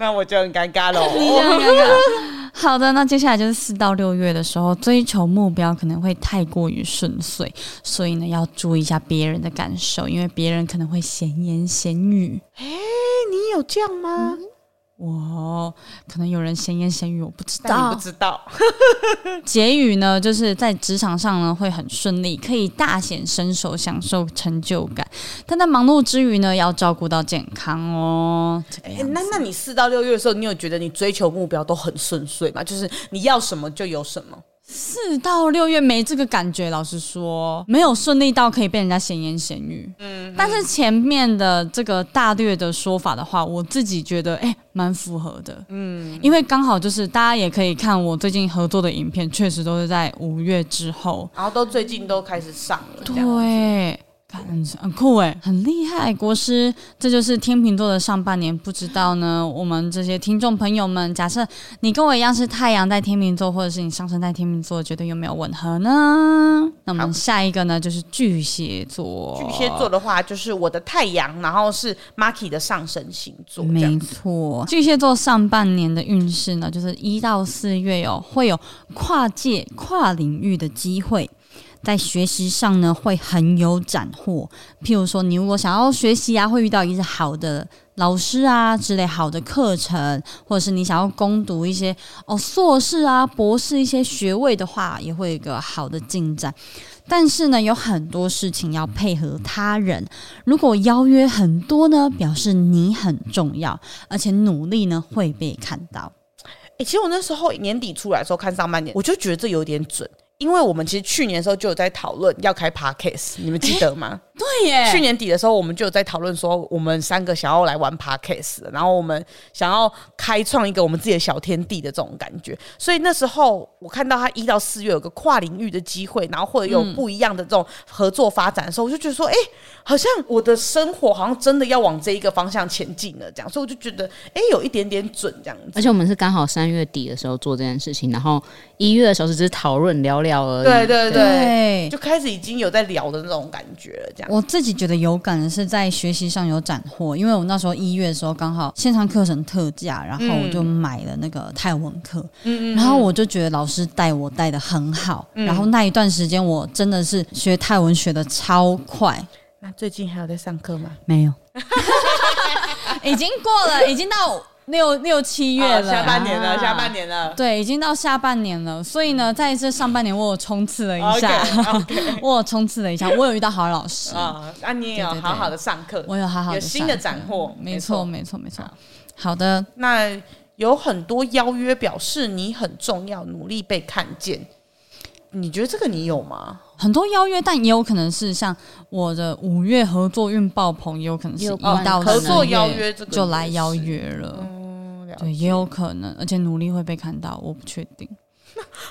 Speaker 2: 那我就很尴尬喽。
Speaker 1: 你这样尴尬。 好的，那接下来就是四到六月的时候，追求目标可能会太过于顺遂，所以呢要注意一下别人的感受，因为别人可能会闲言闲语。
Speaker 2: 你有这样吗？嗯
Speaker 1: 我可能有人闲言闲语，我不知
Speaker 2: 但你
Speaker 1: 道
Speaker 2: 不。知道，
Speaker 1: 结语呢，就是在职场上呢会很顺利，可以大显身手，享受成就感。但在忙碌之余呢，要照顾到健康哦。这个
Speaker 2: 哎、
Speaker 1: 样子
Speaker 2: 那那你四到六月的时候，你有觉得你追求目标都很顺遂吗？就是你要什么就有什么，
Speaker 1: 四到六月没这个感觉，老实说，没有顺利到可以被人家闲言闲语。嗯，但是前面的这个大略的说法的话，我自己觉得哎，蛮、符合的。嗯，因为刚好就是大家也可以看我最近合作的影片，确实都是在五月之后。
Speaker 2: 然后都最近都开始上了，这样
Speaker 1: 对。看很酷哎，很厉害，国师，这就是天秤座的上半年。不知道呢，我们这些听众朋友们，假设你跟我一样是太阳在天秤座，或者是你上升在天秤座，觉得有没有吻合呢？那我们下一个呢，就是巨蟹座。
Speaker 2: 巨蟹座的话，就是我的太阳，然后是 Marky 的上升星座，这
Speaker 1: 没
Speaker 2: 样
Speaker 1: 错，巨蟹座上半年的运势呢，就是一到四月有会有跨界、跨领域的机会。在学习上呢，会很有斩获。譬如说，你如果想要学习啊，会遇到一些好的老师啊之类好的课程，或者是你想要攻读一些哦硕士啊、博士一些学位的话，也会有一个好的进展。但是呢，有很多事情要配合他人。如果邀约很多呢，表示你很重要，而且努力呢会被看到。
Speaker 2: 哎、其实我那时候年底出来的时候看上半年，我就觉得这有点准，因为我们其实去年的时候就有在讨论要开 podcast，你们记得吗？
Speaker 1: 对耶
Speaker 2: 去年底的时候，我们就有在讨论说，我们三个想要来玩 podcast，然后我们想要开创一个我们自己的小天地的这种感觉。所以那时候我看到他一到四月有个跨领域的机会，然后或者有不一样的这种合作发展的时候，我就觉得说，哎、好像我的生活好像真的要往这一个方向前进了，这样。所以我就觉得，哎、有一点点准这样子。
Speaker 3: 而且我们是刚好三月底的时候做这件事情，然后一月的时候只是讨论聊聊而已。
Speaker 2: 对对对，
Speaker 1: 对
Speaker 2: 就开始已经有在聊的那种感觉了，这样。
Speaker 1: 我自己觉得有感的是在学习上有斩获，因为我那时候一月的时候刚好线上课程特价，然后我就买了那个泰文课，然后我就觉得老师带我带的很好，然后那一段时间我真的是学泰文学的超 快，
Speaker 2: 那最近还有在上课吗？
Speaker 1: 没有，已经过了，已经到六六七月
Speaker 2: 啊
Speaker 1: 了，
Speaker 2: 下半年了，
Speaker 3: 啊
Speaker 2: 下半年了。
Speaker 1: 对，已经到下半年了，所以呢，在这上半年我有冲刺了一
Speaker 2: 嗯 OK
Speaker 1: 下
Speaker 2: OK
Speaker 1: 我有冲刺了一下，我有遇到好老师，
Speaker 2: 啊，那你也有
Speaker 1: 对对对
Speaker 2: 好好的上课，
Speaker 1: 我有好好的
Speaker 2: 有新的斩获，
Speaker 1: 没错，。没错，没错
Speaker 2: 好。
Speaker 1: 好的，
Speaker 2: 那有很多邀约表示你很重要，努力被看见。你觉得这个你有吗？
Speaker 1: 很多邀约，但也有可能是像我的五月合作运爆棚，也有可能是
Speaker 3: 有
Speaker 1: 一到
Speaker 3: 哦
Speaker 1: 四
Speaker 2: 合作
Speaker 1: 月
Speaker 2: 邀约这个
Speaker 1: 就来
Speaker 2: 也是
Speaker 1: 邀约了，
Speaker 2: 嗯，
Speaker 1: 对，也有可能，而且努力会被看到，我不确定。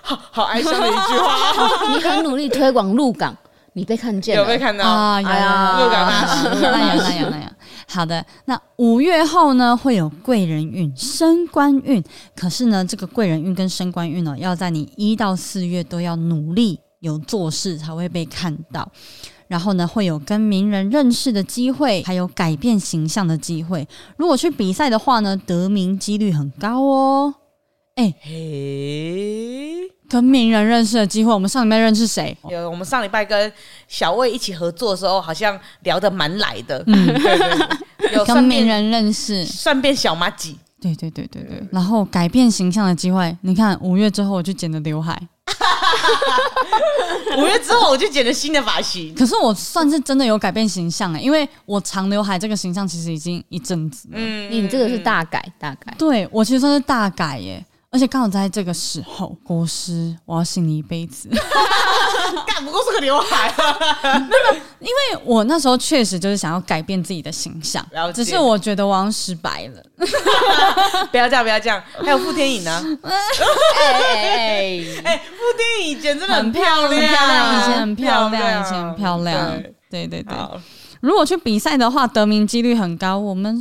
Speaker 2: 好好哀伤的一 句话，
Speaker 3: 你很努力推广鹿港，你被看见了，
Speaker 2: 有被 看到？
Speaker 1: 啊，有
Speaker 3: 哎呀
Speaker 1: 有
Speaker 2: 鹿港大
Speaker 1: 有有那有那有那有。好的，那五月后呢会有贵人运、升官运，可是呢，这个贵人运跟升官运呢、要在你一到四月都要努力有做事才会被看到。然后呢，会有跟名人认识的机会，还有改变形象的机会。如果去比赛的话呢，得名几率很高哦。
Speaker 2: 嘿，
Speaker 1: 跟名人认识的机会，我们上礼拜认识谁？
Speaker 2: 有我们上礼拜跟小魏一起合作的时候，好像聊得蛮来的。嗯，对对 对，
Speaker 1: 跟
Speaker 2: 有算
Speaker 1: 名
Speaker 2: 变
Speaker 1: 人认识，
Speaker 2: 算变小马几，
Speaker 1: 对对对对对，然后改变形象的机会，你看五月之后我就剪了刘海，
Speaker 2: 五月之后我就剪了新的发型。
Speaker 1: 可是我算是真的有改变形象哎、因为我长刘海这个形象其实已经一阵子了，
Speaker 2: 嗯
Speaker 3: 你这个是大改大改。
Speaker 1: 对我其实算是大改耶、而且刚好在这个时候，国师，我要信你一辈子。
Speaker 2: 干不过是个刘海。啊
Speaker 1: 因为我那时候确实就是想要改变自己的形象
Speaker 2: 了，解
Speaker 1: 只是我觉得我好像失败了。
Speaker 2: 不要这样，不要这样。还有傅天颖呢？
Speaker 3: 哎哎哎，
Speaker 2: 哎、傅天颖以前真的
Speaker 1: 很
Speaker 2: 漂
Speaker 1: 很
Speaker 2: 亮，
Speaker 1: 漂亮，以前很漂亮，以前很漂亮
Speaker 2: 对。
Speaker 1: 对对对，
Speaker 2: 好
Speaker 1: 如果去比赛的话，得名几率很高。我们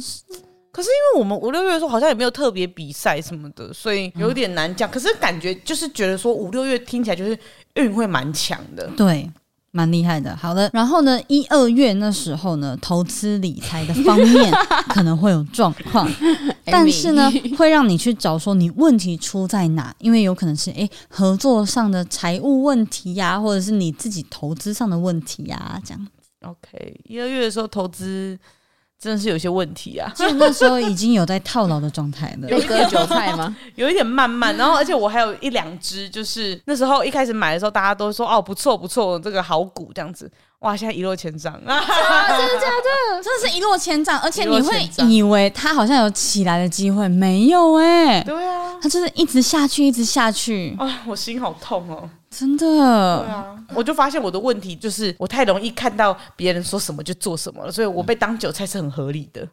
Speaker 2: 可是因为我们五六月的时候好像也没有特别比赛什么的，所以有点难讲。可是感觉就是觉得说五六月听起来就是运会蛮强的。
Speaker 1: 对，蛮厉害的。好的，然后呢，一二月那时候呢，投资理财的方 面可能会有状况，
Speaker 2: 哎
Speaker 1: 但是呢，会让你去找说你问题出在哪，因为有可能是诶合作上的财务问题呀、或者是你自己投资上的问题呀、这样。
Speaker 2: OK，一二月的时候投资真的是有些问题啊，
Speaker 1: 所以那时候已经有在套牢的状态 了。
Speaker 3: 被割韭菜吗？
Speaker 2: 有一点慢 慢。然后而且我还有一两只，就是那时候一开始买的时候大家都说哦不错不错，这个好股这样子。哇，现在一落 千丈啊！
Speaker 1: 真的是一落千丈，而且
Speaker 2: 一落
Speaker 1: 你会
Speaker 2: 千丈
Speaker 1: 以为他好像有起来的机会，没有哎、
Speaker 2: 对啊，
Speaker 1: 他就是一直下去，一直下去，
Speaker 2: 啊，我心好痛哦。
Speaker 1: 真
Speaker 2: 对
Speaker 1: 的。
Speaker 2: 啊，我就发现我的问题就是我太容易看到别人说什么就做什么了，所以我被当韭菜是很合理的。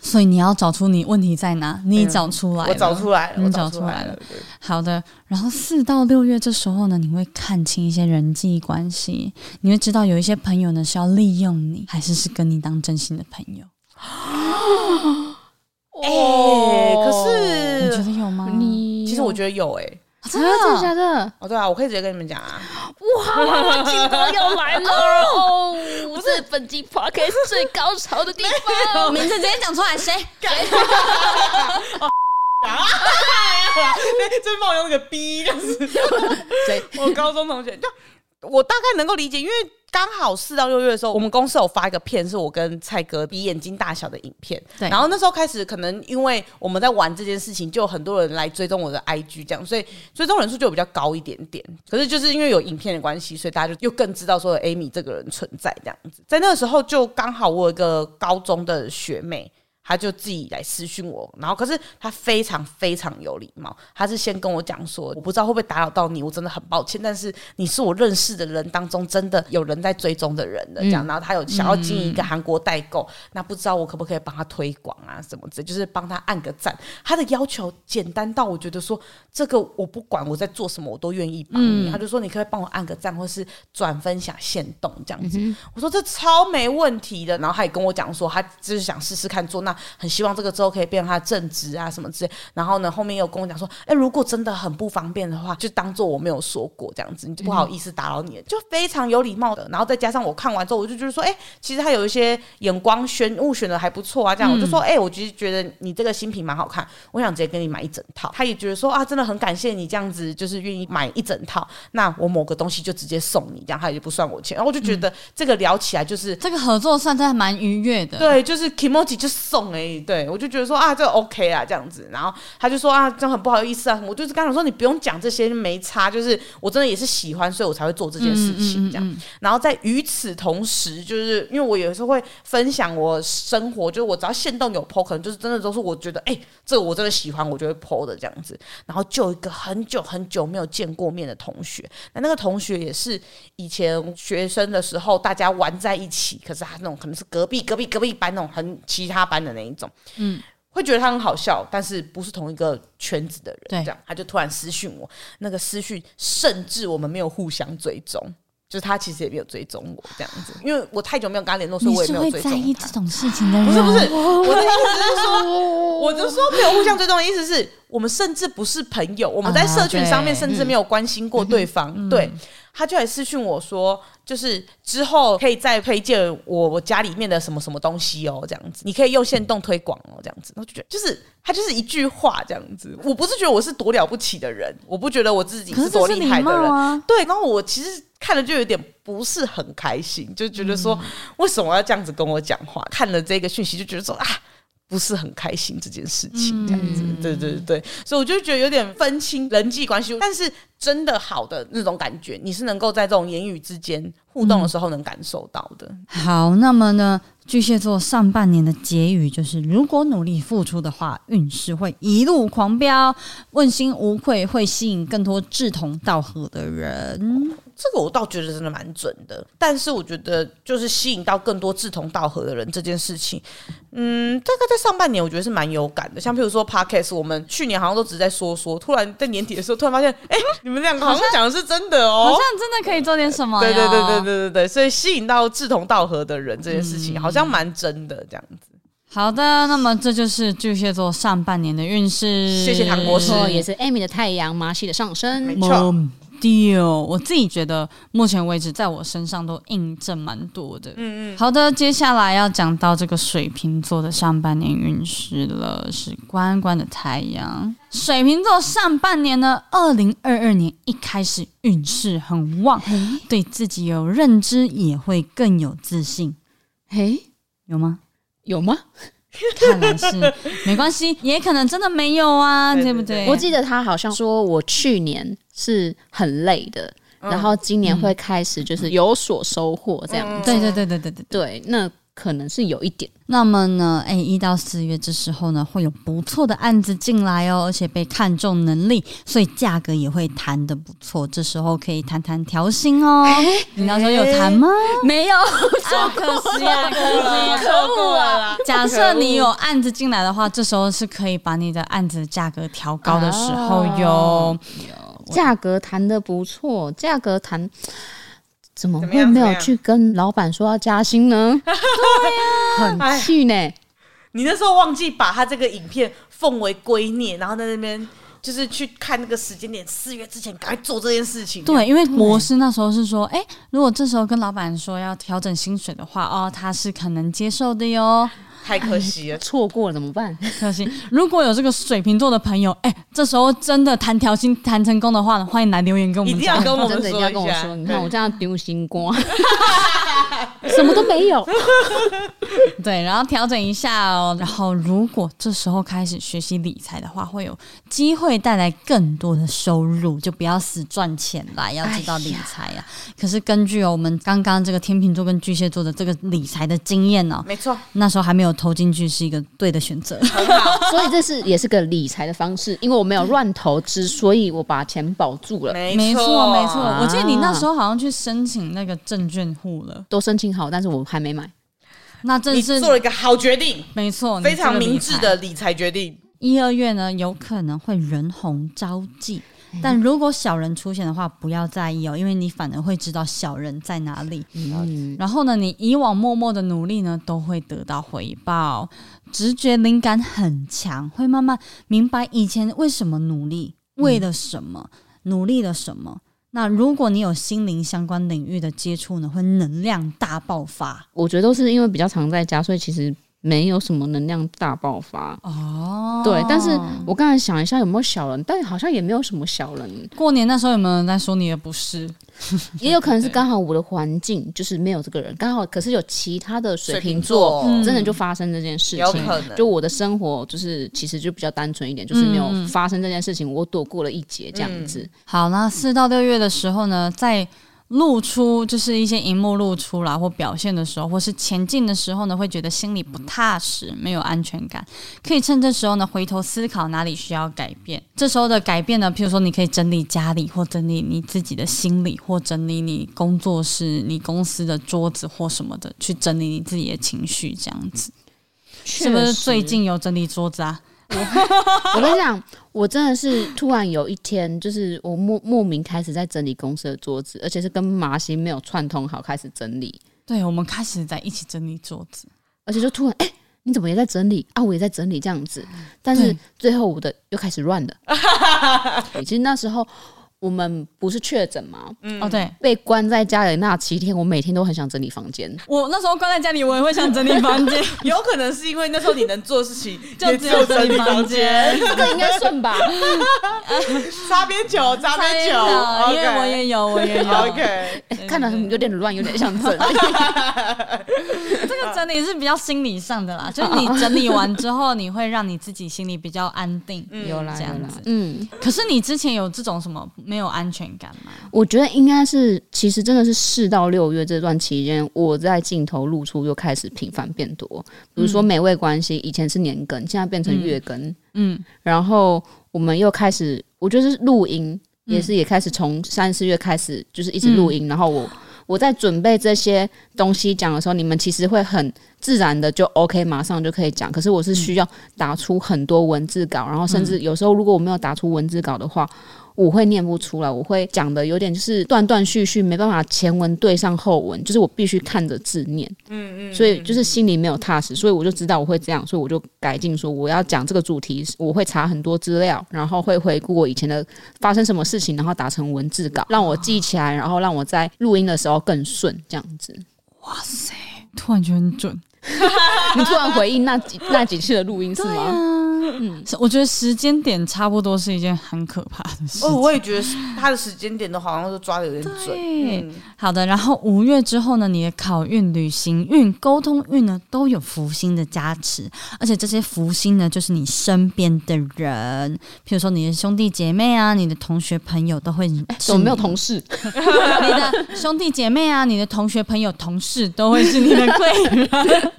Speaker 1: 所以你要找出你问题在哪，你找出来了、
Speaker 2: 啊我找出来了，
Speaker 1: 嗯
Speaker 2: 我找
Speaker 1: 找出来
Speaker 2: 了
Speaker 1: 了。好的，然后四到六月这时候呢，你会看清一些人际关系，你会知道有一些朋友呢是要利用你，还是是跟你当真心的朋友。
Speaker 2: 哎、可
Speaker 1: 你觉
Speaker 2: 是
Speaker 1: 哦得有吗？
Speaker 3: 哦你
Speaker 2: 其实我觉得有哎、
Speaker 1: 啊真
Speaker 3: 真的
Speaker 1: 的
Speaker 3: 假的？
Speaker 2: 哦对啊，我可以直接跟你们讲啊，
Speaker 3: 金哥又来了哦！这是本季 podcast 最高潮的地方。
Speaker 1: 哦名字直接讲出来，谁？
Speaker 2: 对，真冒用那个逼，就是
Speaker 3: 谁？
Speaker 2: 我高中同学，就我大概能够理解，因为刚好四到六月的时候，我们公司有发一个片，是我跟蔡哥比眼睛大小的影片。
Speaker 1: 对
Speaker 2: 然后那时候开始，可能因为我们在玩这件事情，就有很多人来追踪我的 IG，这样，所以追踪人数就有比较高一点点。可是就是因为有影片的关系，所以大家就又更知道说 Amy 这个人存在这样子。在那个时候，就刚好我有一个高中的学妹。她就自己来私讯我，然后可是她非常非常有礼貌，她是先跟我讲说，我不知道会不会打扰到你，我真的很抱歉，但是你是我认识的人当中真的有人在追踪的人的这样，然后她有想要经营一个韩国代购，那不知道我可不可以帮她推广啊什么之类，就是帮她按个赞。她的要求简单到我觉得说，这个我不管我在做什么，我都愿意帮你。她就说你可不可以帮我按个赞，或是转分享线动这样子。我说这超没问题的，然后他也跟我讲说，他就是想试试看做，那很希望这个之后可以变成他的正职啊什么之类。然后呢，后面又跟我讲说，哎、如果真的很不方便的话，就当做我没有说过这样子，你就不好意思打扰你了，就非常有礼貌的。然后再加上我看完之后，我就觉得说，哎、其实他有一些眼光选物选的还不错啊，这样、我就说，哎、我其实觉得你这个新品蛮好看，我想直接跟你买一整套。他也觉得说啊，真的很感谢你这样子，就是愿意买一整套。那我某个东西就直接送你，这样他也不算我钱。然后我就觉得这个聊起来就是。
Speaker 1: 这个合作算是还蛮愉悦的。
Speaker 2: 对，就是 Kimoji 就送而已。对我就觉得说啊，这 OK 啊，这样子。然后他就说啊，这样很不好意思啊。我就是刚才说你不用讲这些，没差。就是我真的也是喜欢，所以我才会做这件事
Speaker 1: 嗯
Speaker 2: 情这样。然后在与此同时，就是因为我有时候会分享我生活，就是我只要现动有 PO，可能就是真的都是我觉得哎、这个我真的喜欢，我就会 PO 的这样子。然后就有一个很久很久没有见过面的同学，那那个同学也是以前学生的时候大家玩在一起，可是他那种可能是隔壁隔壁隔壁班那种很其他班的那一种，嗯。会觉得他很好笑，但是不是同一个圈子的人，
Speaker 1: 对
Speaker 2: 这样他就突然私讯我，那个私讯甚至我们没有互相追踪，就是他其实也没有追踪我这样子，因为我太久没有跟他联络，所以
Speaker 1: 你
Speaker 2: 我也
Speaker 1: 是
Speaker 2: 没有
Speaker 1: 会
Speaker 2: 追
Speaker 1: 在
Speaker 2: 踪
Speaker 1: 意
Speaker 2: 他
Speaker 1: 这。种事情的人，哦
Speaker 2: 不是不是，我的意思是说，我就说没有互相追踪的意思是我们甚至不是朋友，我们在社群上面
Speaker 1: 啊对
Speaker 2: 甚至没有关心过对方。
Speaker 1: 嗯
Speaker 2: 对，他就来私讯我说，就是之后可以再推荐我我家里面的什么什么东西哦，这样子，你可以用线动推广哦，这样子。我就觉得就是。他就是一句话这样子，我不是觉得我是多了不起的人，我不觉得我自己
Speaker 1: 可是这
Speaker 2: 多
Speaker 1: 是
Speaker 2: 厉
Speaker 1: 礼
Speaker 2: 害的
Speaker 1: 貌
Speaker 2: 人，
Speaker 1: 啊。
Speaker 2: 对，然后我其实看了就有点不是很开心，就觉得说、为什么要这样子跟我讲话？看了这个讯息就觉得说啊。不是很开心这件事情，
Speaker 3: 嗯
Speaker 2: 这样子，对对对，所以我就觉得有点分清人际关系，但是真的好的那种感觉，你是能够在这种言语之间互动的时候能感受到的。
Speaker 1: 好，那么呢，巨蟹座上半年的结语就是：如果努力付出的话，运势会一路狂飙，问心无愧，会吸引更多志同道合的人。
Speaker 2: 这个我倒觉得真的蛮准的，但是我觉得就是吸引到更多志同道合的人这件事情，嗯，大概在上半年我觉得是蛮有感的。像譬如说 podcast，我们去年好像都只是在说说，突然在年底的时候突然发现，哎、你们两个好像讲的是真的
Speaker 1: 好
Speaker 2: 哦
Speaker 1: 像。真的可以做点什么
Speaker 2: 对
Speaker 1: 哟。
Speaker 2: 对对对对对对，所以吸引到志同道合的人这件事情，好像蛮真的这样子。
Speaker 1: 好的，那么这就是巨蟹座上半年的运势。
Speaker 2: 谢谢唐博士
Speaker 3: 错，也是 Amy 的太阳，马戏的上
Speaker 2: 没
Speaker 3: 升。
Speaker 2: 错
Speaker 1: 猛丢！Oh 我自己觉得，目前为止在我身上都印证蛮多的。嗯嗯。好的，接下来要讲到这个水瓶座的上半年运势了，是关关的太阳。水瓶座上半年呢，二零二二年一开始运势很旺，对自己有认知，也会更有自信，
Speaker 3: 嘿，
Speaker 1: 有吗？
Speaker 3: 有吗？
Speaker 1: 看来 是没关系，也可能真的没有啊，
Speaker 2: 对
Speaker 1: 对
Speaker 2: 对
Speaker 1: 不
Speaker 2: 对
Speaker 1: 对？
Speaker 3: 我记得他好像说我去年是很累的，然后今年会开始就是有所收获这样子。
Speaker 1: 对对对对对对。
Speaker 3: 对，那可能是有一点。
Speaker 1: 那么呢，哎，一到四月这时候呢，会有不错的案子进来哦，而且被看中能力，所以价格也会谈的不错。这时候可以谈谈调薪哦。你那时候有谈吗？
Speaker 3: 没有，
Speaker 1: 啊，可惜啊，可惜啊。
Speaker 2: 错过了，
Speaker 1: 假设你有案子进来的话，这时候是可以把你的案子价格调高的时候哟。
Speaker 3: 价格谈的不错，价格谈。怎么
Speaker 2: 怎么
Speaker 3: 会
Speaker 2: 样
Speaker 3: 没
Speaker 2: 怎么
Speaker 3: 有
Speaker 2: 样
Speaker 3: 去跟老板说要加薪 呢？对呀、很气呢。
Speaker 2: 你那时候忘记把他这个影片奉为圭臬，然后在那边就是去看那个时间点，四月之前赶快做这件事情。，
Speaker 1: 对，因为国师那时候是说，哎、如果这时候跟老板说要调整薪水的话，哦，他是可能接受的哟。
Speaker 2: 太可惜了。
Speaker 3: 错过了怎么办？
Speaker 1: 可惜，如果有这个水瓶座的朋友，哎、这时候真的谈调薪谈成功的话呢，欢迎来留言跟哎我
Speaker 2: 一
Speaker 1: 们
Speaker 2: 定要
Speaker 1: 讲。
Speaker 2: 跟我们
Speaker 3: 真的
Speaker 2: 说
Speaker 3: 一定要跟我
Speaker 2: 下
Speaker 3: 说，你看我这样丢心瓜， 什么都没有。
Speaker 1: 对，然后调整一下哦。然后，如果这时候开始学习理财的话，会有机会带来更多的收入，就不要死赚钱啦，要知道理
Speaker 2: 哎
Speaker 1: 财呀、可是根据哦我们刚刚这个天秤座跟巨蟹座的这个理财的经验哦，
Speaker 2: 没错，
Speaker 1: 那时候还没有投进去是一个对的选择。
Speaker 3: 所以这是也是个理财的方式，因为我没有乱投资，所以我把钱保住了，
Speaker 2: 没
Speaker 1: 没错，
Speaker 2: 错，啊
Speaker 1: 没错。我记得你那时候好像去申请那个证券户了，
Speaker 3: 都申请好，但是我还没买。
Speaker 1: 那真
Speaker 2: 你
Speaker 1: 的是哦
Speaker 2: 做了一个好决定，
Speaker 1: 没错，
Speaker 2: 非常明智的。理财决定。
Speaker 1: 一二月呢，有可能会人红招忌，但如果小人出现的话，不要在意哦，因为你反而会知道小人在哪里。
Speaker 3: 嗯，
Speaker 1: 然后呢，你以往默默的努力呢，都会得到回报。直觉灵感很强，会慢慢明白以前为什么努力，为了什么，努力了什么。那如果你有心灵相关领域的接触呢，会能量大爆发
Speaker 3: 我觉得都是因为比较常在家，所以其实没有什么能量大爆发。
Speaker 1: 哦。
Speaker 3: 对，但是我刚才想一下有没有小人，但好像也没有什么小人，
Speaker 1: 过年那时候有没有人在说你的不是？
Speaker 3: 也有可能是刚好我的环境就是没有这个人，刚好可是有其他的水瓶座，
Speaker 1: 嗯
Speaker 3: 真的就发生这件事
Speaker 2: 有
Speaker 3: 情。
Speaker 2: 可能
Speaker 3: 就我的生活就是其实就比较单纯一点，就是没有
Speaker 1: 嗯嗯
Speaker 3: 发生这件事情，我躲过了一劫这样子。
Speaker 1: 好，那四到六月的时候呢，在露出就是一些荧幕露出啦，或表现的时候，或是前进的时候呢，会觉得心里不踏实，没有安全感。可以趁这时候呢，回头思考哪里需要改变。这时候的改变呢，譬如说你可以整理家里，或整理你自己的心理，或整理你工作室、你公司的桌子或什么的，去整理你自己的情绪，这样子。是不
Speaker 3: 确
Speaker 1: 是
Speaker 3: 实
Speaker 1: 最近有整理桌子啊？
Speaker 3: 我跟你讲，我真的是突然有一天，就是我莫莫名开始在整理公司的桌子，而且是跟麻心没有串通好开始整理，
Speaker 1: 对，我们开始在一起整理桌子。
Speaker 3: 而且就突然哎。你怎么也在整理啊？我也在整理这样子，但是
Speaker 1: 对
Speaker 3: 最后我的又开始 乱了。其实那时候我们不是确诊嘛，
Speaker 1: 哦，对，
Speaker 3: 被关在家里那七天，我每天都很想整理房 间。
Speaker 1: 我那时候关在家里，我也会想整理房 间。
Speaker 2: 有可能是因为那时候你能做的事情
Speaker 1: 就只有整理房间，
Speaker 3: 这应该 算吧？
Speaker 2: 擦边球，擦边球
Speaker 1: 因为我
Speaker 2: ，OK
Speaker 1: 也有，我也有。
Speaker 2: OK，
Speaker 1: 对对
Speaker 3: 哎看得很有点乱，有点想整理。
Speaker 1: 这个整理是比较心理上的 啦，就是你整理完之后，你会让你自己心里比较安定。
Speaker 3: 有啦
Speaker 1: 这样
Speaker 3: 有啦
Speaker 1: 子，
Speaker 3: 嗯，
Speaker 1: 可是你之前有这种什么没有安全感吗？
Speaker 3: 我觉得应该是，其实真的是四到六月这段期间，我在镜头露出又开始频繁变多。比如说美味关系，以前是年更，现在变成月更，
Speaker 1: 嗯，
Speaker 3: 然后我们又开始，我就是录音，也是也开始从三四月开始，就是一直录音。然后我我在准备这些东西讲的时候，你们其实会很自然的就 OK，马上就可以讲。可是我是需要打出很多文字稿，然后甚至有时候如果我没有打出文字稿的话。我会念不出来，我会讲的有点就是断断续续，没办法前文对上后文，就是我必须看着字念。
Speaker 2: 嗯嗯，
Speaker 3: 所以就是心里没有踏实，所以我就知道我会这样，所以我就改进说我要讲这个主题，我会查很多资料，然后会回顾我以前的发生什么事情，然后打成文字稿，让我记起来，然后让我在录音的时候更顺，这样子。
Speaker 1: 突然觉得很准，
Speaker 3: 你突然回忆那几那几次的录音是吗？嗯，
Speaker 1: 是我觉得时间点差不多是一件很可怕的事。
Speaker 2: 哦，我也觉得是他的时间点都好像都抓的有点准。
Speaker 1: 对，
Speaker 2: 嗯
Speaker 1: 好的。然后五月之后呢，你的考运、旅行运、沟通运呢都有福星的加持，而且这些福星呢，就是你身边的人，譬如说你的兄弟姐妹啊，你的同学朋友都会是你。
Speaker 3: 哎怎么没有同事？
Speaker 1: 你的兄弟姐妹啊，你的同学、朋友、同事都会是你的贵人。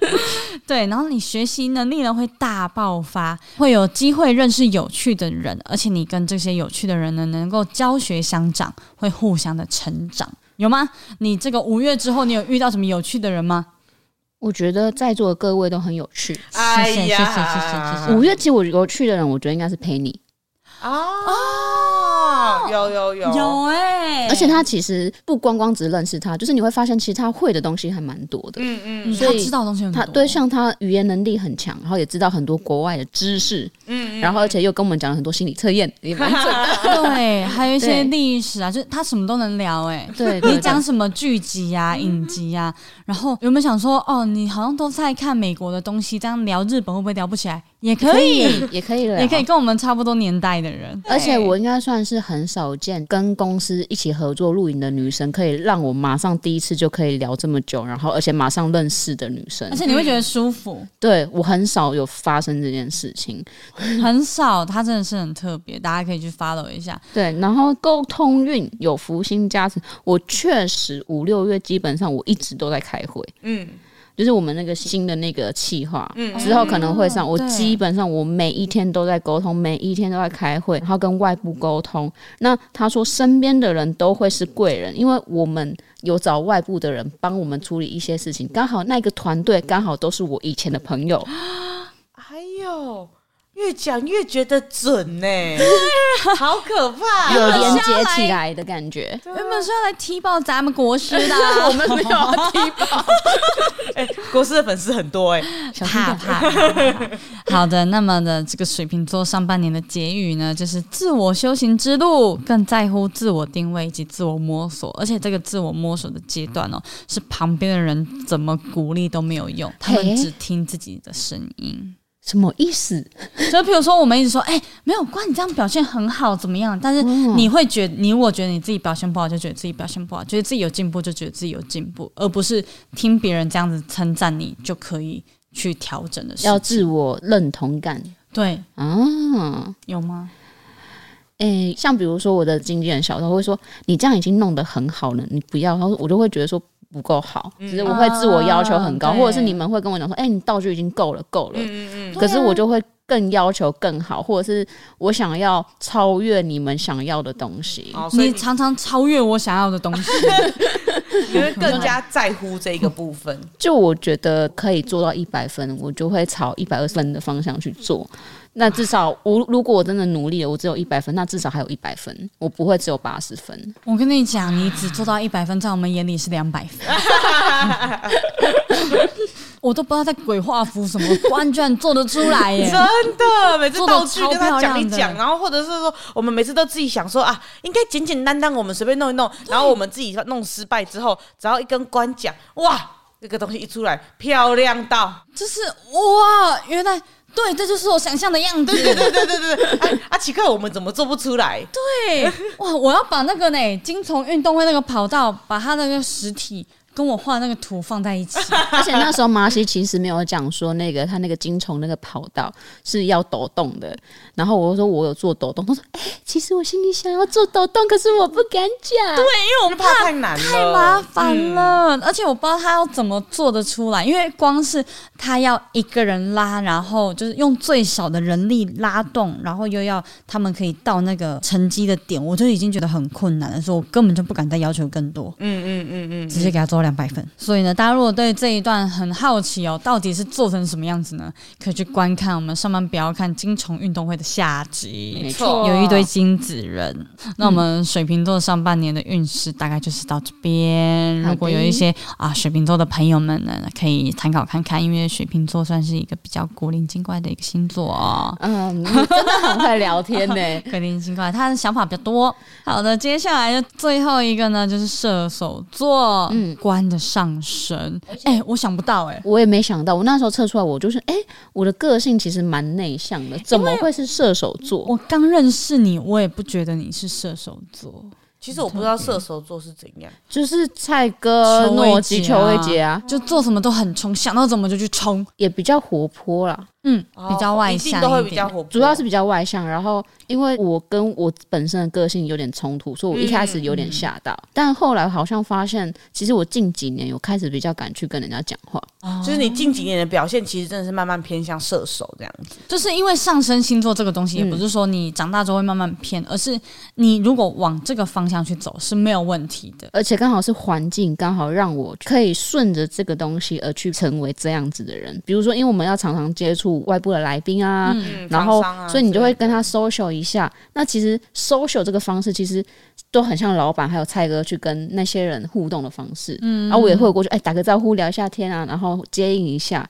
Speaker 1: 对，然后你学习能力呢会大爆发，会有机会认识有趣的人，而且你跟这些有趣的人呢能够教学相长，会互相的成长。有吗？你这个五月之后，你有遇到什么有趣的人吗？
Speaker 3: 我觉得在座的各位都很有趣。
Speaker 2: 哎
Speaker 1: 谢谢谢谢谢谢
Speaker 2: 呀，
Speaker 1: 谢
Speaker 3: 五月其实我有趣的人，我觉得应该是陪你，
Speaker 2: 啊，
Speaker 1: 哦
Speaker 2: 有有有，
Speaker 1: 哎
Speaker 3: 而且他其实不光光只认识他，就是你会发现其实他会的东西还蛮多的。
Speaker 2: 嗯
Speaker 1: 嗯
Speaker 2: 嗯
Speaker 1: 他
Speaker 3: 所以
Speaker 1: 知道的东西很多，
Speaker 3: 他对，像他语言能力很强，然后也知道很多国外的知识，
Speaker 2: 嗯，
Speaker 3: 然后而且又跟我们讲了很多心理测验，也蛮准 的。
Speaker 1: 对，还有一些
Speaker 3: 对
Speaker 1: 历史啊，就是他什么都能聊、哎，
Speaker 3: 对，对嗯
Speaker 1: 你讲什么剧集呀、影集呀、然后有没有想说，哦，你好像都在看美国的东西，这样聊日本会不会聊不起来？ 也可以，
Speaker 3: 对也可以了，
Speaker 1: 也可以。跟我们差不多年代的人。
Speaker 3: 而且我应该算是很少见跟公司一起合作录影的女生，可以让我马上第一次就可以聊这么久，然后而且马上认识的女生
Speaker 1: 而。且你会觉得舒服，
Speaker 3: 对我很少有发生这件事情。
Speaker 1: 很少，它真的是很特别，大家可以去 follow 一下。
Speaker 3: 对，然后沟通运有福星加持，我确实五六月基本上我一直都在开会，
Speaker 2: 嗯
Speaker 3: 就是我们那个新的那个企划。
Speaker 2: 嗯
Speaker 3: 之后可能会上，我
Speaker 1: 对
Speaker 3: 基本上我每一天都在沟通，每一天都在开会，然后跟外部沟通。那他说身边的人都会是贵人，因为我们有找外部的人帮我们处理一些事情，刚好那个团队刚好都是我以前的朋友，
Speaker 2: 哎呦，越讲越觉得准呢、
Speaker 1: 啊
Speaker 2: 好可怕、
Speaker 3: 有连
Speaker 1: 下
Speaker 3: 接
Speaker 1: 来
Speaker 3: 起来的感觉。
Speaker 1: 原本是要来踢爆咱们国师的、啊，
Speaker 3: 我们没有要 踢爆，
Speaker 2: 哎、国师的粉丝很多哎、
Speaker 3: 小心
Speaker 1: 怕
Speaker 3: 点
Speaker 1: 怕。 好的，那么的这个水瓶座上半年的结语呢，就是自我修行之路，更在乎自我定位以及自我摸索。而且这个自我摸索的阶段哦，
Speaker 3: 嗯
Speaker 1: 是旁边的人怎么鼓励都没有用，他们
Speaker 3: 嘿
Speaker 1: 只听自己的声音。
Speaker 3: 什么意思？
Speaker 1: 就譬如说，我们一直说，哎、没有关，你这样表现很好，怎么样？但是
Speaker 3: 哦
Speaker 1: 你会觉得，你如果觉得你自己表现不好，就觉得自己表现不好；觉得自己有进步，就觉得自己有进步，而不是听别人这样子称赞你就可以去调整的事
Speaker 3: 要自我认同感
Speaker 1: 对，
Speaker 3: 啊。
Speaker 1: 有吗？
Speaker 3: 诶、像比如说我的经纪人小时候会说，你这样已经弄得很好了，你不要。然后我就会觉得说不够好，
Speaker 2: 嗯
Speaker 3: 只是我会自我要求很高，
Speaker 1: 啊
Speaker 3: 或者是你们会跟我讲说，诶、你道具已经够了，够了。
Speaker 2: 嗯嗯
Speaker 3: 可是我就会更要求更好，或者是我想要超越你们想要的东西。
Speaker 2: 好，哦所以
Speaker 1: 你
Speaker 2: 你
Speaker 1: 常常超越我想要的东西，
Speaker 2: 你会更加在乎这个部分。
Speaker 3: 就我觉得可以做到一百分，我就会朝一百二十分的方向去做。那至少我如果我真的努力了，我只有一百分，那至少还有一百分，我不会只有八十分。
Speaker 1: 我跟你讲，你只做到一百分，在我们眼里是两百 分。我都不知道在鬼画符什么，完全做得出来 耶！
Speaker 2: 真的， 每次
Speaker 1: 做得
Speaker 2: 道具跟他
Speaker 1: 超漂
Speaker 2: 讲
Speaker 1: 亮
Speaker 2: 一
Speaker 1: 的
Speaker 2: 讲，然后或者是说，我们每次都自己想说啊，应该简简单单，我们随便弄一弄，然后我们自己弄失败之后，只要一根关讲，哇，这个东西一出来漂亮 到，
Speaker 1: 就是哇，原来对，这就是我想象的样子。
Speaker 2: 对对对对对， 哎啊，奇怪，我们怎么做不出来？
Speaker 1: 对，哇，我要把那个呢金虫运动会那个跑道，把它那个实体跟我画那个图放在一起。
Speaker 3: 而且那时候麻西其实没有讲说那个他那个金虫那个跑道是要抖动的，然后我就说我有做抖动，他说哎、其实我心里想要做抖动，可是我不敢讲。对，
Speaker 2: 因为我们怕太难了，
Speaker 1: 太麻烦了，而且我不知道他要怎么做得出来，因为光是他要一个人拉，然后就是用最少的人力拉动，然后又要他们可以到那个成绩的点，我就已经觉得很困难了，所以我根本就不敢再要求更多。
Speaker 2: 嗯嗯嗯嗯，
Speaker 1: 直接给他做两百分。所以呢，大家如果对这一段很好奇哦，到底是做成什么样子呢？可以去观看我们上班不要看金虫运动会的下集，
Speaker 3: 没
Speaker 2: 错
Speaker 1: 有一堆金子人。那我们水瓶座上半年的运势大概就是到这边。
Speaker 3: 好的
Speaker 1: 如果有一些啊水瓶座的朋友们呢，可以参考看看，因为水瓶座算是一个比较古灵精怪的一个星座哦。
Speaker 3: 嗯，你真的很会聊天呢、
Speaker 1: 格林精怪，他的想法比较多。好的，接下来就最后一个呢，就是射手座。嗯，果关的上升。哎、我想不到哎、
Speaker 3: 我也没想到，我那时候测出来，我就是哎、我的个性其实蛮内向的，怎么会是射手座？
Speaker 1: 我刚认识你，我也不觉得你是射手座。
Speaker 2: 其实我不知道射手座是怎样，
Speaker 3: 就是蔡哥、
Speaker 1: 邱
Speaker 3: 诺
Speaker 1: 伟
Speaker 3: 基、
Speaker 1: 杰
Speaker 3: 邱
Speaker 1: 啊
Speaker 3: 伟杰啊，
Speaker 1: 就做什么都很冲，想到怎么就去冲，
Speaker 3: 也比较活泼啦。
Speaker 1: 嗯，
Speaker 2: 哦
Speaker 1: 比较外
Speaker 2: 一定
Speaker 1: 向
Speaker 2: 都会
Speaker 1: 一
Speaker 2: 比较
Speaker 1: 点。
Speaker 2: 活泼，
Speaker 3: 主要是比较外向，然后因为我跟我本身的个性有点冲突，所以我一开始有点吓到，但后来好像发现，其实我近几年有开始比较敢去跟人家讲话，
Speaker 2: 就是你近几年的表现，其实真的是慢慢偏向射手这样子。
Speaker 1: 就是因为上升星座这个东西，也
Speaker 3: 嗯
Speaker 1: 不是说你长大之后会慢慢偏，而是你如果往这个方向去走是没有问题的。
Speaker 3: 而且刚好是环境刚好让我可以顺着这个东西而去成为这样子的人，比如说，因为我们要常常接触外部的来宾啊。
Speaker 2: 嗯，
Speaker 3: 然后，
Speaker 2: 厂商啊
Speaker 3: 所以你就会
Speaker 2: 之类
Speaker 3: 跟他 social 一下。那其实 social 这个方式，其实都很像老板还有蔡哥去跟那些人互动的方式。嗯，啊，我也会过去，哎，打个招呼，聊一下天啊，然后接应一下。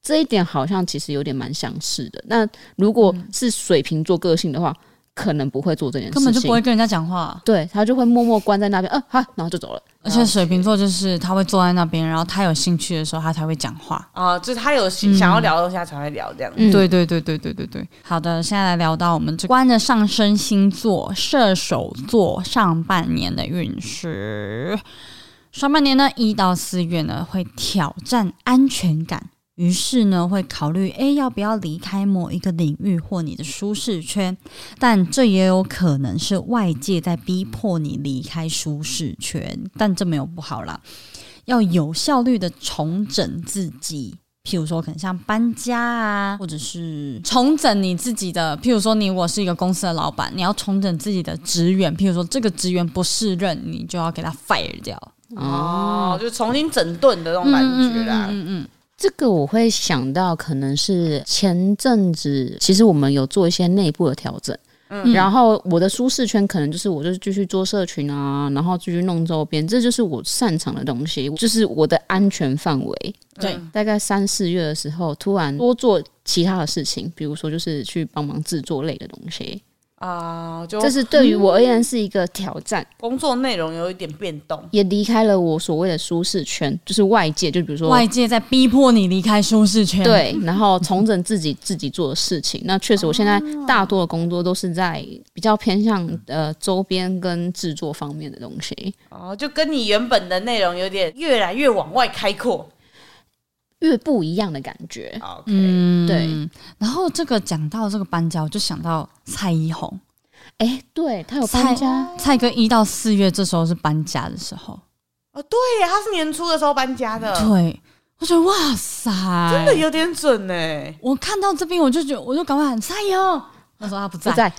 Speaker 3: 这一点好像其实有点蛮相似的。那如果是水瓶座个性的话，可能不会做这件事情，哦
Speaker 1: 根本就不会跟人家讲话，
Speaker 3: 对他就会默默关在那边，呃，好，然后就走了。
Speaker 1: 而且水瓶座就是他会坐在那边，然后他有兴趣的时候他才会讲话。
Speaker 2: 的啊，就是他有想想要聊的东西，他才会聊这样子。
Speaker 3: 嗯
Speaker 1: 对对对对对对对。好的，现在来聊到我们这关的上升星座射手座上半年的运势。上半年呢，一到四月呢会挑战安全感，于是呢会考虑诶要不要离开某一个领域或你的舒适圈，但这也有可能是外界在逼迫你离开舒适圈，但这没有不好啦，要有效率的重整自己。譬如说，可能像搬家啊，或者是重整你自己的。譬如说，你我是一个公司的老板，你要重整自己的职员。譬如说，这个职员不适任，你就要给他 fire 掉。
Speaker 3: 嗯
Speaker 2: 哦，就是重新整顿的那种感觉啦。
Speaker 1: 嗯嗯
Speaker 3: 这个我会想到，可能是前阵子，其实我们有做一些内部的调整。嗯，然后我的舒适圈可能就是我就继续做社群啊，然后继续弄周边，这就是我擅长的东西，就是我的安全范围。
Speaker 1: 嗯对
Speaker 3: 大概三四月的时候，突然多做其他的事情，比如说就是去帮忙制作类的东西，
Speaker 2: 啊，就
Speaker 1: 哦
Speaker 3: 这是对于我而言是一个挑战，
Speaker 2: 工作内容有一点变动。
Speaker 3: 也离开了我所谓的舒适圈，就是外界，就比如
Speaker 1: 嗯，
Speaker 3: 说
Speaker 1: 外界在逼迫你离开舒适圈。，
Speaker 3: 对，然后重整自己自己做的事情。那确实，我现在大多的工作都是在比较偏向呃周边跟制作方面的东西，
Speaker 2: 哦，就跟你原本的内容有点越来越往外开阔。哦
Speaker 3: 越不一样的感觉。
Speaker 2: OK，、
Speaker 1: 嗯
Speaker 3: 对。
Speaker 1: 然后这个讲到这个搬家，我就想到蔡依红，
Speaker 3: 哎、对他有搬家，
Speaker 1: 蔡哥一到四月这时候是搬家的时候。
Speaker 2: 哦，对呀，他是年初的时候搬家的，
Speaker 3: 嗯
Speaker 1: 对，我觉得哇塞，
Speaker 2: 真
Speaker 1: 真
Speaker 2: 的有点准呢、
Speaker 1: 我看到这边我就觉得，我就赶快喊蔡依红。他说他啊不
Speaker 3: 不
Speaker 1: 在，
Speaker 3: 在。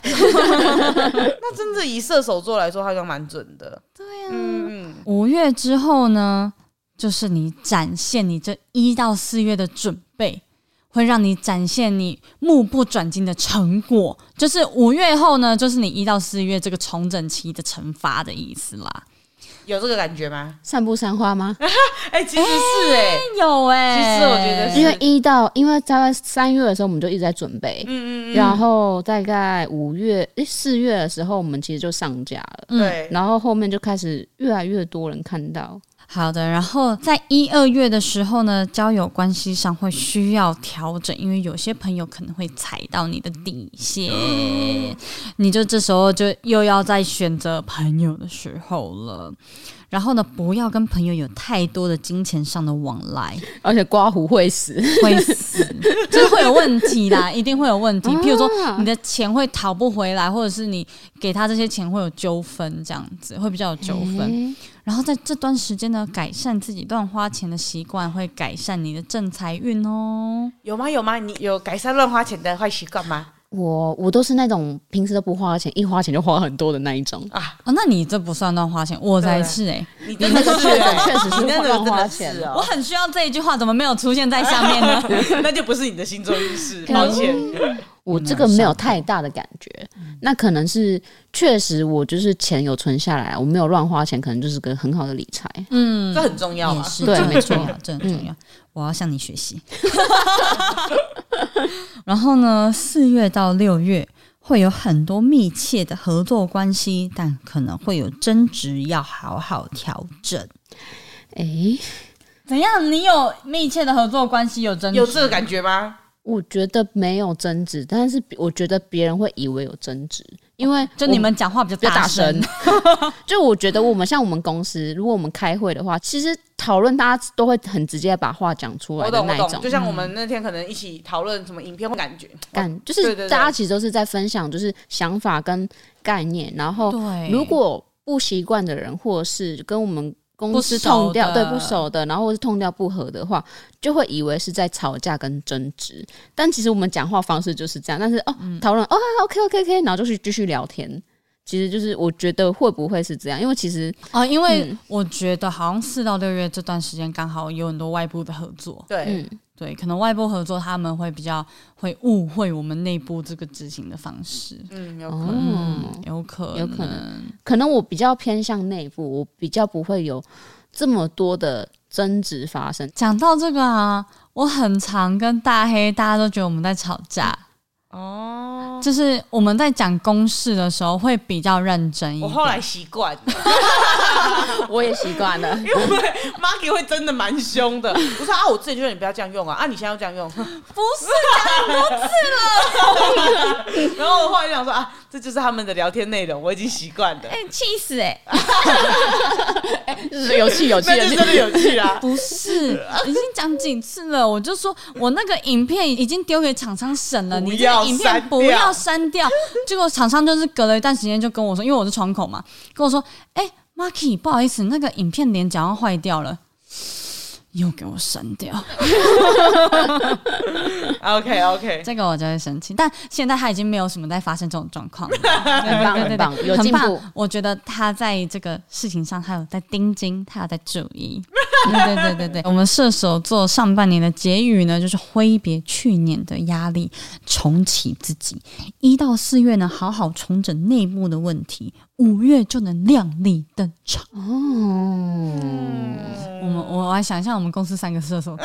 Speaker 2: 那真的以射手座来说，他就蛮准的。
Speaker 1: 对呀、
Speaker 2: 嗯嗯，
Speaker 1: 五月之后呢，就是你展现你这一到四月的准备，会让你展现你目不转睛的成果。就是五月后呢，就是你一到四月这个重整期的惩罚的意思啦。
Speaker 2: 有这个感觉吗？
Speaker 3: 散步散花 吗？
Speaker 2: 哎、其实是哎、
Speaker 1: 有哎、
Speaker 2: 其实我觉得是
Speaker 3: 因为一到因为大概三月的时候，我们就一直在准备，
Speaker 2: 嗯嗯嗯，
Speaker 3: 然后大概五月哎四月的时候，我们其实就上架了，
Speaker 1: 嗯
Speaker 2: 对，
Speaker 3: 然后后面就开始越来越多人看到。
Speaker 1: 好的，然后在一二月的时候呢，交友关系上会需要调整，因为有些朋友可能会踩到你的底线，你就这时候就又要在选择朋友的时候了。然后呢，不要跟朋友有太多的金钱上的往来，
Speaker 3: 而且刮胡会死，
Speaker 1: 会死，就是会有问题啦，一定会有问题。譬如说，你的钱会讨不回来，或者是你给他这些钱会有纠纷，这样子会比较有纠纷。
Speaker 3: 哎
Speaker 1: 然后在这段时间呢，改善自己乱花钱的习惯，会改善你的正财运哦。
Speaker 2: 有吗？有吗？你有改善乱花钱的坏习惯吗？
Speaker 3: 我我都是那种平时都不花钱，一花钱就花很多的那一种。
Speaker 2: 啊，
Speaker 1: 啊，那你这不算乱花钱，我才是哎、
Speaker 2: 你真的是
Speaker 3: 你那
Speaker 2: 哎、
Speaker 3: 个 确实是
Speaker 2: 你那个真
Speaker 3: 乱花
Speaker 2: 的
Speaker 3: 钱
Speaker 2: 是
Speaker 1: 我
Speaker 2: 哦，
Speaker 1: 很需要这一句话，怎么没有出现在下面 呢？
Speaker 2: 那就不是你的星座运势，
Speaker 3: 能
Speaker 2: 抱歉。
Speaker 3: 我这个没有太大的感觉，
Speaker 2: 嗯
Speaker 3: 那可能是确实我就是钱有存下来，我没有乱花钱，可能就是个很好的理财。
Speaker 1: 嗯
Speaker 2: 这，很重要
Speaker 1: 也
Speaker 2: 啊。
Speaker 1: 是，
Speaker 3: 对
Speaker 1: 这很
Speaker 3: 没
Speaker 1: 重
Speaker 3: 错
Speaker 1: 要，这很重要。我要向你学习。 然后呢，四月到六月会有很多密切的合作关系，但可能会有争执，要好好调整。
Speaker 3: 哎、
Speaker 1: 怎样？你有密切的合作关系，有争
Speaker 2: 有
Speaker 1: 执
Speaker 2: 这个感觉吗？
Speaker 3: 我觉得没有争执，但是我觉得别人会以为有争执，因
Speaker 2: 哦
Speaker 3: 为
Speaker 1: 就
Speaker 3: 我
Speaker 1: 你们讲话比
Speaker 3: 比
Speaker 1: 较
Speaker 3: 较大
Speaker 1: 大声
Speaker 3: 声。。 就我觉得我们像我们公司，如果我们开会的话，其实讨论大家都会很直接把话讲出来
Speaker 2: 我
Speaker 3: 的
Speaker 2: 懂，
Speaker 3: 那
Speaker 2: 我
Speaker 3: 一
Speaker 2: 懂。
Speaker 3: 种
Speaker 2: 就。像我们那天可能一起讨论什么影片或感觉，
Speaker 3: 感就是
Speaker 2: 对对对
Speaker 3: 大家其实都是在分享，就是想法跟概念。然后，
Speaker 1: 对，
Speaker 3: 如果不习惯的人，或者是跟我们公司
Speaker 1: 不熟
Speaker 3: 痛调
Speaker 1: 的
Speaker 3: 对不熟的，然后或是痛调不合的话，就会以为是在吵架跟争执。但其实我们讲话方式就是这样，但是哦，讨论、哦，OK OK OK，然后就是继续聊天。其实就是我觉得会不会是这样？因为其实
Speaker 1: 哦，因为我觉得好像四到六月这段时间刚好有很多外部的合作，
Speaker 2: 对，
Speaker 3: 嗯，
Speaker 1: 对，可能外部合作他们会比较会误会我们内部这个执行的方式，
Speaker 2: 嗯，有可能。
Speaker 3: 哦，
Speaker 1: 有可能，
Speaker 3: 有可能可能我比较偏向内部，我比较不会有这么多的争执发生。
Speaker 1: 讲到这个啊，我很常跟大黑，大家都觉得我们在吵架。哦，就是我们在讲公事的时候会比较认真一
Speaker 2: 我
Speaker 1: 点。
Speaker 2: 后来习惯了，
Speaker 3: 我也习惯了，
Speaker 2: 因为 Maggie 会真的蛮凶的。不是啊，我之前就说你不要这样用啊，啊，你现在要这样用。
Speaker 1: 不是，
Speaker 2: 然后我后来就想说啊，这就是他们的聊天内容，我已经习惯了。
Speaker 1: 哎、气死哎、
Speaker 3: 就是 有气有气
Speaker 2: 那就真的有趣啊 啦。
Speaker 1: 不是，已经讲几次了，我就说我那个影片已经丢给厂商审了，你
Speaker 2: 不
Speaker 1: 这个
Speaker 2: 要
Speaker 1: 影片
Speaker 2: 删
Speaker 1: 不
Speaker 2: 掉
Speaker 1: 要删掉。结果厂商就是隔了一段时间就跟我说，因为我是窗口嘛，跟我说，哎、m a r k y 不好意思，那个影片连脚要坏掉了，又给我删掉。
Speaker 2: OK OK，
Speaker 1: 这个我就会生气，但现在他已经没有什么在发生这种状况了，
Speaker 3: 很棒
Speaker 1: 对对
Speaker 3: 很 棒，
Speaker 1: 对
Speaker 3: 有
Speaker 1: 很
Speaker 3: 进步
Speaker 1: 棒。我觉得他在这个事情上，他有在盯紧，他有在注意。 对对对对对，我们射手座上半年的结语呢，就是挥别去年的压力，重启自己。一到四月呢，好好重整内部的问题，五月就能亮丽登场。
Speaker 3: 哦。
Speaker 1: 我们我来想一下，我们公司三个射手座，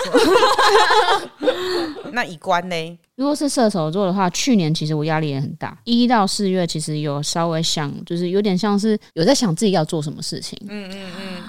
Speaker 2: 那一关呢？
Speaker 3: 如果是射手座的话，去年其实我压力也很大，一到四月其实有稍微想，就是有点像是有在想自己要做什么事情。
Speaker 2: 嗯嗯嗯，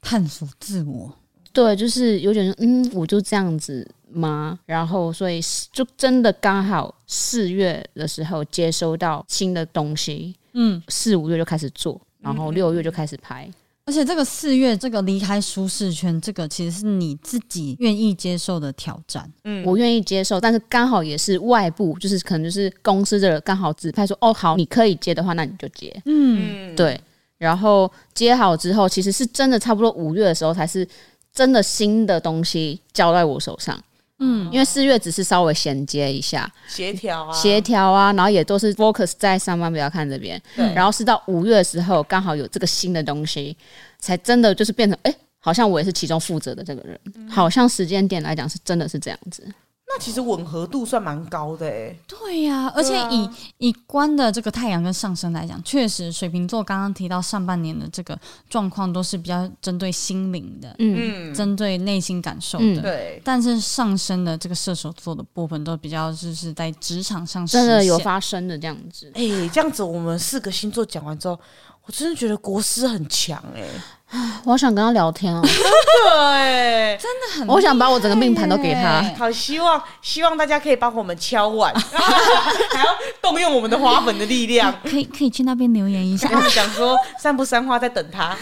Speaker 1: 探索自我。
Speaker 3: 对，就是有点嗯，我就这样子吗？然后所以就真的刚好四月的时候接收到新的东西，
Speaker 1: 嗯，
Speaker 3: 四五月就开始做，
Speaker 2: 嗯
Speaker 3: 然后六月就开始拍。
Speaker 1: 而且这个四月，这个离开舒适圈，这个其实是你自己愿意接受的挑战。
Speaker 2: 嗯
Speaker 3: 我愿意接受，但是刚好也是外部，就是可能就是公司的人刚好指派说，哦，好，你可以接的话，那你就接。
Speaker 1: 嗯
Speaker 3: 对，然后接好之后，其实是真的差不多五月的时候才是真的新的东西交在我手上。
Speaker 1: 嗯，
Speaker 3: 因为四月只是稍微衔接一下，
Speaker 2: 协调啊，
Speaker 3: 协调啊，然后也都是 focus 在上班不要看这边，
Speaker 2: 对
Speaker 3: 然后是到五月的时候，刚好有这个新的东西，才真的就是变成哎、诶好像我也是其中负责的这个人，好像时间点来讲是真的是这样子。
Speaker 2: 那其实吻合度算蛮高的哎。
Speaker 1: 对呀、
Speaker 3: 啊
Speaker 1: 而且以、以官的这个太阳跟上升来讲，确实水瓶座刚刚提到上半年的这个状况都是比较针对心灵的，
Speaker 3: 嗯，
Speaker 2: 嗯，
Speaker 1: 针对内心感受
Speaker 3: 嗯
Speaker 1: 的。
Speaker 2: 对，
Speaker 1: 但是上升的这个射手座的部分都比较就是在职场上
Speaker 3: 真的
Speaker 1: 实
Speaker 3: 有
Speaker 1: 现
Speaker 3: 发生的这样子。
Speaker 2: 哎、这样子我们四个星座讲完之后，我真的觉得国师很强哎、
Speaker 3: 我好想跟他聊天哦，
Speaker 2: 对，真
Speaker 1: 很
Speaker 3: 我想把我整个命盘都给他
Speaker 1: 厉害耶
Speaker 2: 好希望希望大家可以帮我们敲碗， 还要动用我们的花粉的力 量。
Speaker 1: 可以可以去那边留言一下
Speaker 2: 跟，我们讲说散不散花在等他，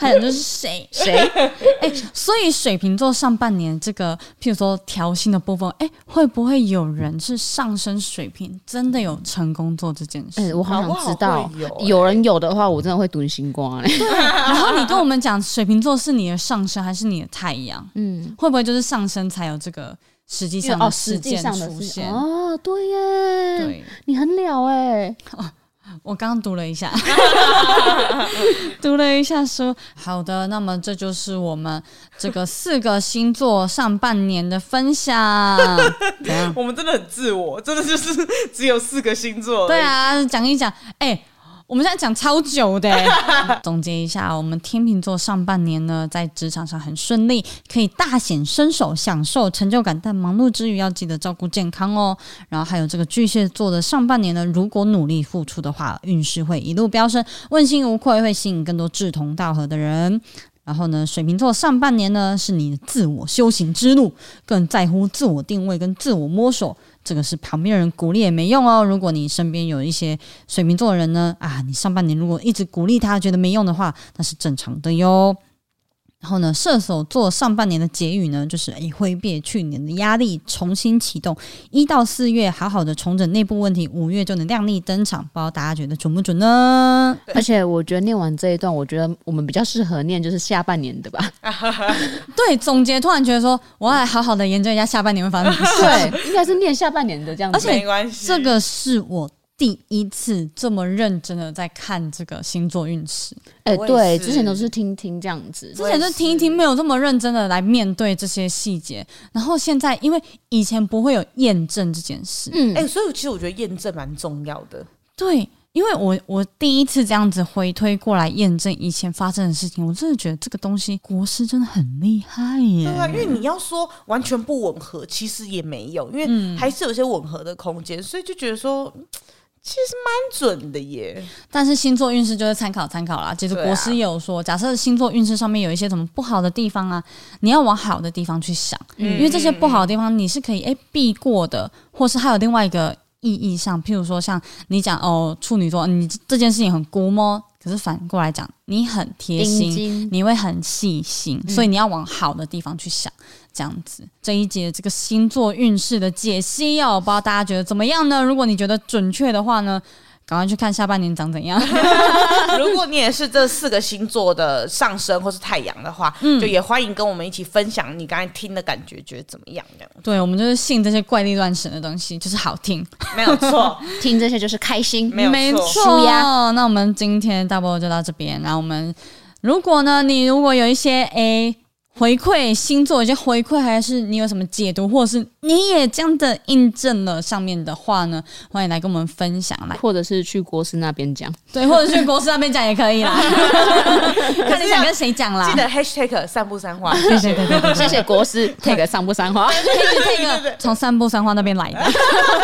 Speaker 1: 还 有就是谁
Speaker 3: 谁？
Speaker 1: 哎、所以水瓶座上半年这个，譬如说调薪的部分，哎、会不会有人是上升水平，真的有成功做这件事？
Speaker 3: 哎、我好
Speaker 2: 搞不好
Speaker 3: 想知道
Speaker 2: 会有，欸
Speaker 3: 有人有的话，我真的会蹲星光哎、
Speaker 1: 然后你跟我们讲，水瓶座是你的上升还是你的太阳？
Speaker 3: 嗯，
Speaker 1: 会不会就是上升才有这个实际上
Speaker 3: 哦，
Speaker 1: 的
Speaker 3: 实
Speaker 1: 事
Speaker 3: 际
Speaker 1: 件
Speaker 3: 上的
Speaker 1: 出
Speaker 3: 事
Speaker 1: 现？
Speaker 3: 哦，对耶，
Speaker 1: 对，
Speaker 3: 你很了哎、
Speaker 1: 我刚刚读了一 下，读了一下说，好的，那么这就是我们这个四个星座上半年的分 享，怎样？
Speaker 2: 我们真的很自我，真的就是 只有四个星座。
Speaker 1: 对，啊，讲一讲，哎、我们现在讲超久的、欸。总结一下，我们天秤座上半年呢，在职场上很顺利，可以大显身手，享受成就感，但忙碌之余要记得照顾健康哦。然后还有这个巨蟹座的上半年呢，如果努力付出的话，运势会一路飙升，问心无愧，会吸引更多志同道合的人。然后呢，水瓶座上半年呢是你的自我修行之路，更在乎自我定位跟自我摸索。这个是旁边人鼓励也没用哦。如果你身边有一些水瓶座的人呢，啊，你上半年如果一直鼓励他，觉得没用的话，那是正常的哟。然后呢，射手座上半年的结语呢，就是诶挥别去年的压力，重新启动。一到四月好好的重整内部问题，五月就能亮丽登场。不知道大家觉得准不准呢？
Speaker 3: 而且我觉得念完这一段，我觉得我们比较适合念就是下半年的 吧。
Speaker 1: 对，总结突然觉得说，我要来好好的研究一下下半年会发生 什么事。
Speaker 3: 对，应该是念下半年的这样子。
Speaker 1: 而且
Speaker 2: 没关系，
Speaker 1: 这个是我第一次这么认真的在看这个星座运势，
Speaker 3: 哎、
Speaker 2: 我也
Speaker 3: 对，
Speaker 2: 是
Speaker 3: 之前都是听听这样子。
Speaker 1: 之前就听一听，没有这么认真的来面对这些细节。然后现在，因为以前不会有验证这件事，
Speaker 3: 嗯，
Speaker 2: 哎、所以其实我觉得验证蛮重要的。
Speaker 1: 嗯对，因为我我第一次这样子回推过来验证以前发生的事情，我真的觉得这个东西国师真的很厉害耶。
Speaker 2: 对啊，因为你要说完全不吻合，其实也没有，因
Speaker 1: 嗯
Speaker 2: 为还是有些吻合的空间，所以就觉得说嗯其实蛮准 的耶。
Speaker 1: 但是星座运势就是参考参考啦。其实
Speaker 2: 对啊
Speaker 1: 国师也有说，假设星座运势上面有一些什么不好的地方啊，你要往好的地方去想，
Speaker 2: 嗯
Speaker 1: 因为这些不好的地方你是可以诶避过的，或是还有另外一个意义上，譬如说像你讲哦，处女座，你这件事情很估摸，可是反过来讲，你很贴
Speaker 3: 阴
Speaker 1: 心。
Speaker 3: 茎，
Speaker 1: 你会很细心，所
Speaker 2: 嗯
Speaker 1: 以你要往好的地方去想，这样子。这一节这个星座运势的解析哦，不知道大家觉得怎么样呢？如果你觉得准确的话呢，赶快去看下半年长怎 样。
Speaker 2: 如果你也是这四个星座的上升或是太阳的话，
Speaker 1: 嗯
Speaker 2: 就也欢迎跟我们一起分享你刚才听的感觉，觉得怎么样？这样
Speaker 1: 对，我们就是信这些怪力乱神的东西，就是好听，
Speaker 2: 没有错，
Speaker 3: 听这些就是开心。
Speaker 2: 没有
Speaker 1: 没
Speaker 2: 错
Speaker 1: 错。那我们今天大波就到这边，然后我们如果呢，你如果有一些诶。回馈星座有一些回馈，还是你有什么解读，或者是你也这样的印证了上面的话呢？欢迎来跟我们分享，来
Speaker 3: 或者是去国师那边讲，
Speaker 1: 对，或者去国师那边讲也可以啦，看你想跟谁讲啦。
Speaker 2: 记得 hashtag 散步三花。
Speaker 1: 对对对对对
Speaker 3: 谢谢国师 take 上不三花。
Speaker 1: ，take take 从散步三花那边来的，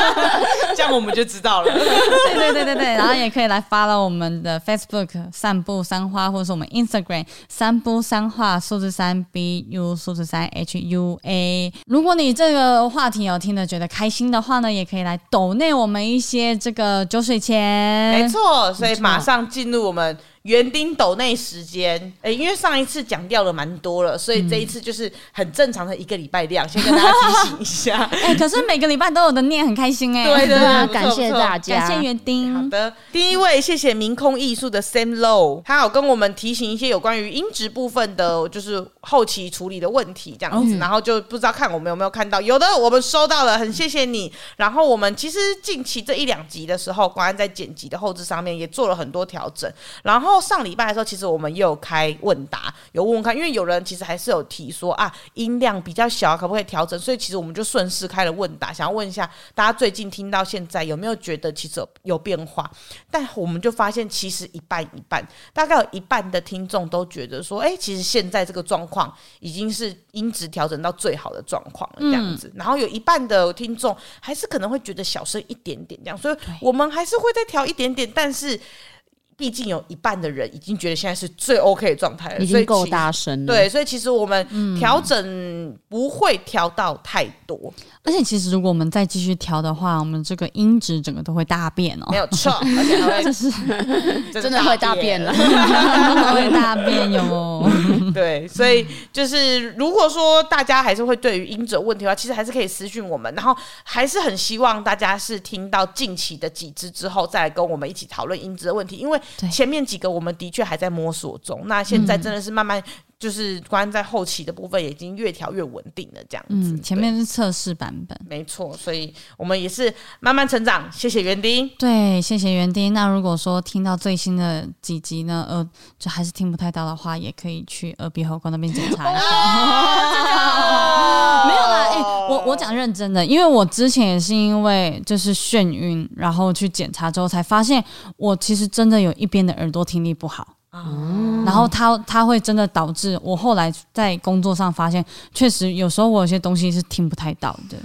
Speaker 2: 这样我们就知道了。
Speaker 1: 对对对对对，然后也可以来发到我们的 Facebook 散步三花，或者是我们 Instagram 散步三花数字三 B U 数字三 H U A。如果你这个话题有听的觉得开心的话呢，也可以来抖内我们一些这个酒水
Speaker 3: 嗯
Speaker 1: 钱，
Speaker 2: 没错，所以马上进入我们园丁斗内时间。诶、因为上一次讲掉了蛮多了，所以这一次就是很正常的一个礼拜量，先跟大家提醒 一下。
Speaker 1: 哎、可是每个礼拜都有的念，很开心哎、
Speaker 2: 对的，
Speaker 3: 啊，
Speaker 2: 不错
Speaker 3: 感谢大。家，
Speaker 2: 不错
Speaker 3: 嗯
Speaker 1: 感谢园丁，
Speaker 2: 好的，第一位，谢谢明空艺术的 Sam Low，他有跟我们提醒一些有关于音质部分的，就是后期处理的问题这
Speaker 3: 哦
Speaker 2: 样子，然后就不知道看我们有没有看到，有的我们收到了，很谢谢你。然后我们其实近期这一两集的时候，关安在剪辑的后置上面也做了很多调整。然后上礼拜的时候，其实我们也有开问答，有问问看，因为有人其实还是有提说啊，音量比较小，啊可不可以调整？所以其实我们就顺势开了问答，想要问一下大家最近听到现在有没有觉得其实有有变化？但我们就发现其实一半一半，大概有一半的听众都觉得说，哎、其实现在这个状况已经是音质调整到最好的状况了，这样
Speaker 3: 嗯
Speaker 2: 子。然后有一半的听众还是可能会觉得小声一点点这样，所以我们还是会再调一点点，但是。毕竟有一半的人已经觉得现在是最 OK 的状态了，
Speaker 3: 已
Speaker 2: 所以
Speaker 3: 经够
Speaker 2: 其
Speaker 3: 大声了。，
Speaker 2: 对，所以其实我们调整不会调到太多，
Speaker 3: 嗯
Speaker 1: 而且其实如果我们再继续调的话，我们这个音质整个都会大变哦
Speaker 2: 没，有 错，而且还会
Speaker 1: 就是
Speaker 2: 真
Speaker 3: 真的会大变了。。
Speaker 1: 会大变哟。
Speaker 2: 对，所以就是如果说大家还是会对于音质有问题的话，其实还是可以私讯我们，然后还是很希望大家是听到近期的几支之后，再来跟我们一起讨论音质的问题，因为
Speaker 1: 对
Speaker 2: 前面几个我们的确还在摸索中，那现在真的是慢慢。就是关在后期的部分也已经越调越稳定了，这样子。
Speaker 1: 嗯，前
Speaker 2: 对
Speaker 1: 面是测试版本。
Speaker 2: 没错，所以我们也是慢慢成长。谢谢园丁，
Speaker 1: 对，谢谢园丁。那如果说听到最新的几集呢，呃，就还是听不太到的话，也可以去耳鼻喉科那边检查一下。哦没有啦，哎、我我讲认真的，因为我之前也是因为就是眩晕，然后去检查之后才发现，我其实真的有一边的耳朵听力不好。
Speaker 2: 哦
Speaker 1: 然
Speaker 3: 嗯
Speaker 1: 后它它会真的导致我后来在工作上发现，确实有时候我有些东西是听不太到的。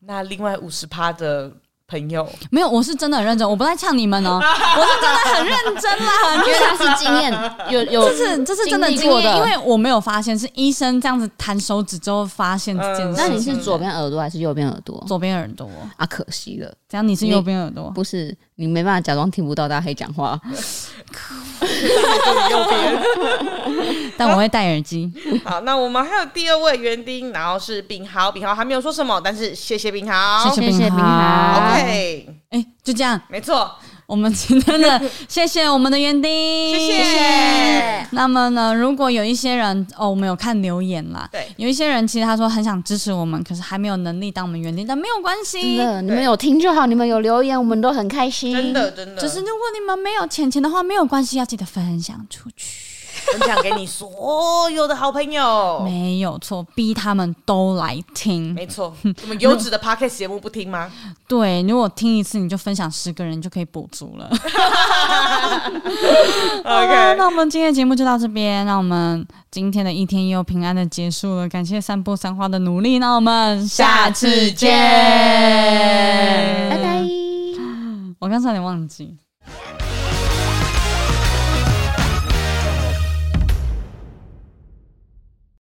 Speaker 2: 那另外五十趴的朋友，
Speaker 1: 没有，我是真的很认真，我不在呛你们 哦，我是真的很认真啦，
Speaker 3: 因为他是经验有有
Speaker 1: 这是这是真的
Speaker 3: 经历
Speaker 1: 经
Speaker 3: 过
Speaker 1: 验，
Speaker 3: 的
Speaker 1: 因为我没有发现，是医生这样子弹手指之后发现这件事情。
Speaker 2: 嗯
Speaker 3: 那你是左边耳朵还是右边耳朵？
Speaker 1: 左边耳朵，
Speaker 3: 啊，可惜了，
Speaker 1: 这样你是右边耳朵，
Speaker 3: 不是你没办法假装听不到大黑讲话。
Speaker 2: 右边。
Speaker 1: 但我会戴耳 机。
Speaker 2: 好，那我们还有第二位园丁，然后是炳豪，炳豪还没有说什么，但是谢谢炳豪。
Speaker 1: 谢
Speaker 3: 谢谢
Speaker 1: 冰
Speaker 3: 冰
Speaker 1: 豪
Speaker 3: 豪
Speaker 2: OK，
Speaker 1: 哎，就这样，
Speaker 2: 没错，
Speaker 1: 我们今天的谢谢我们的园丁，
Speaker 2: 谢谢。
Speaker 1: 那么呢，如果有一些人哦，我们有看留言啦，
Speaker 2: 对
Speaker 1: 有一些人其实他说很想支持我们，可是还没有能力当我们园丁，但没有关
Speaker 3: 真
Speaker 1: 系。
Speaker 3: 的，你们有听就好，你们有留言，我们都很开心。
Speaker 2: 真，的真的，
Speaker 1: 就是如果你们没有钱钱的话，没有关系，要记得分享出去，
Speaker 2: 分享给你所有的好朋友。
Speaker 1: 没有错，逼他们都来听。
Speaker 2: 哦没错，我们优质的 podcast 节目不听吗？
Speaker 1: 对，如果听一次你就分享十个人，你就可以补足 了。 好了，那我们今天的节目就到这边，让我们今天的一天又平安的结束了，感谢散步三花的努力，那我们
Speaker 2: 下次见
Speaker 3: 拜拜。
Speaker 1: 我刚差点忘记。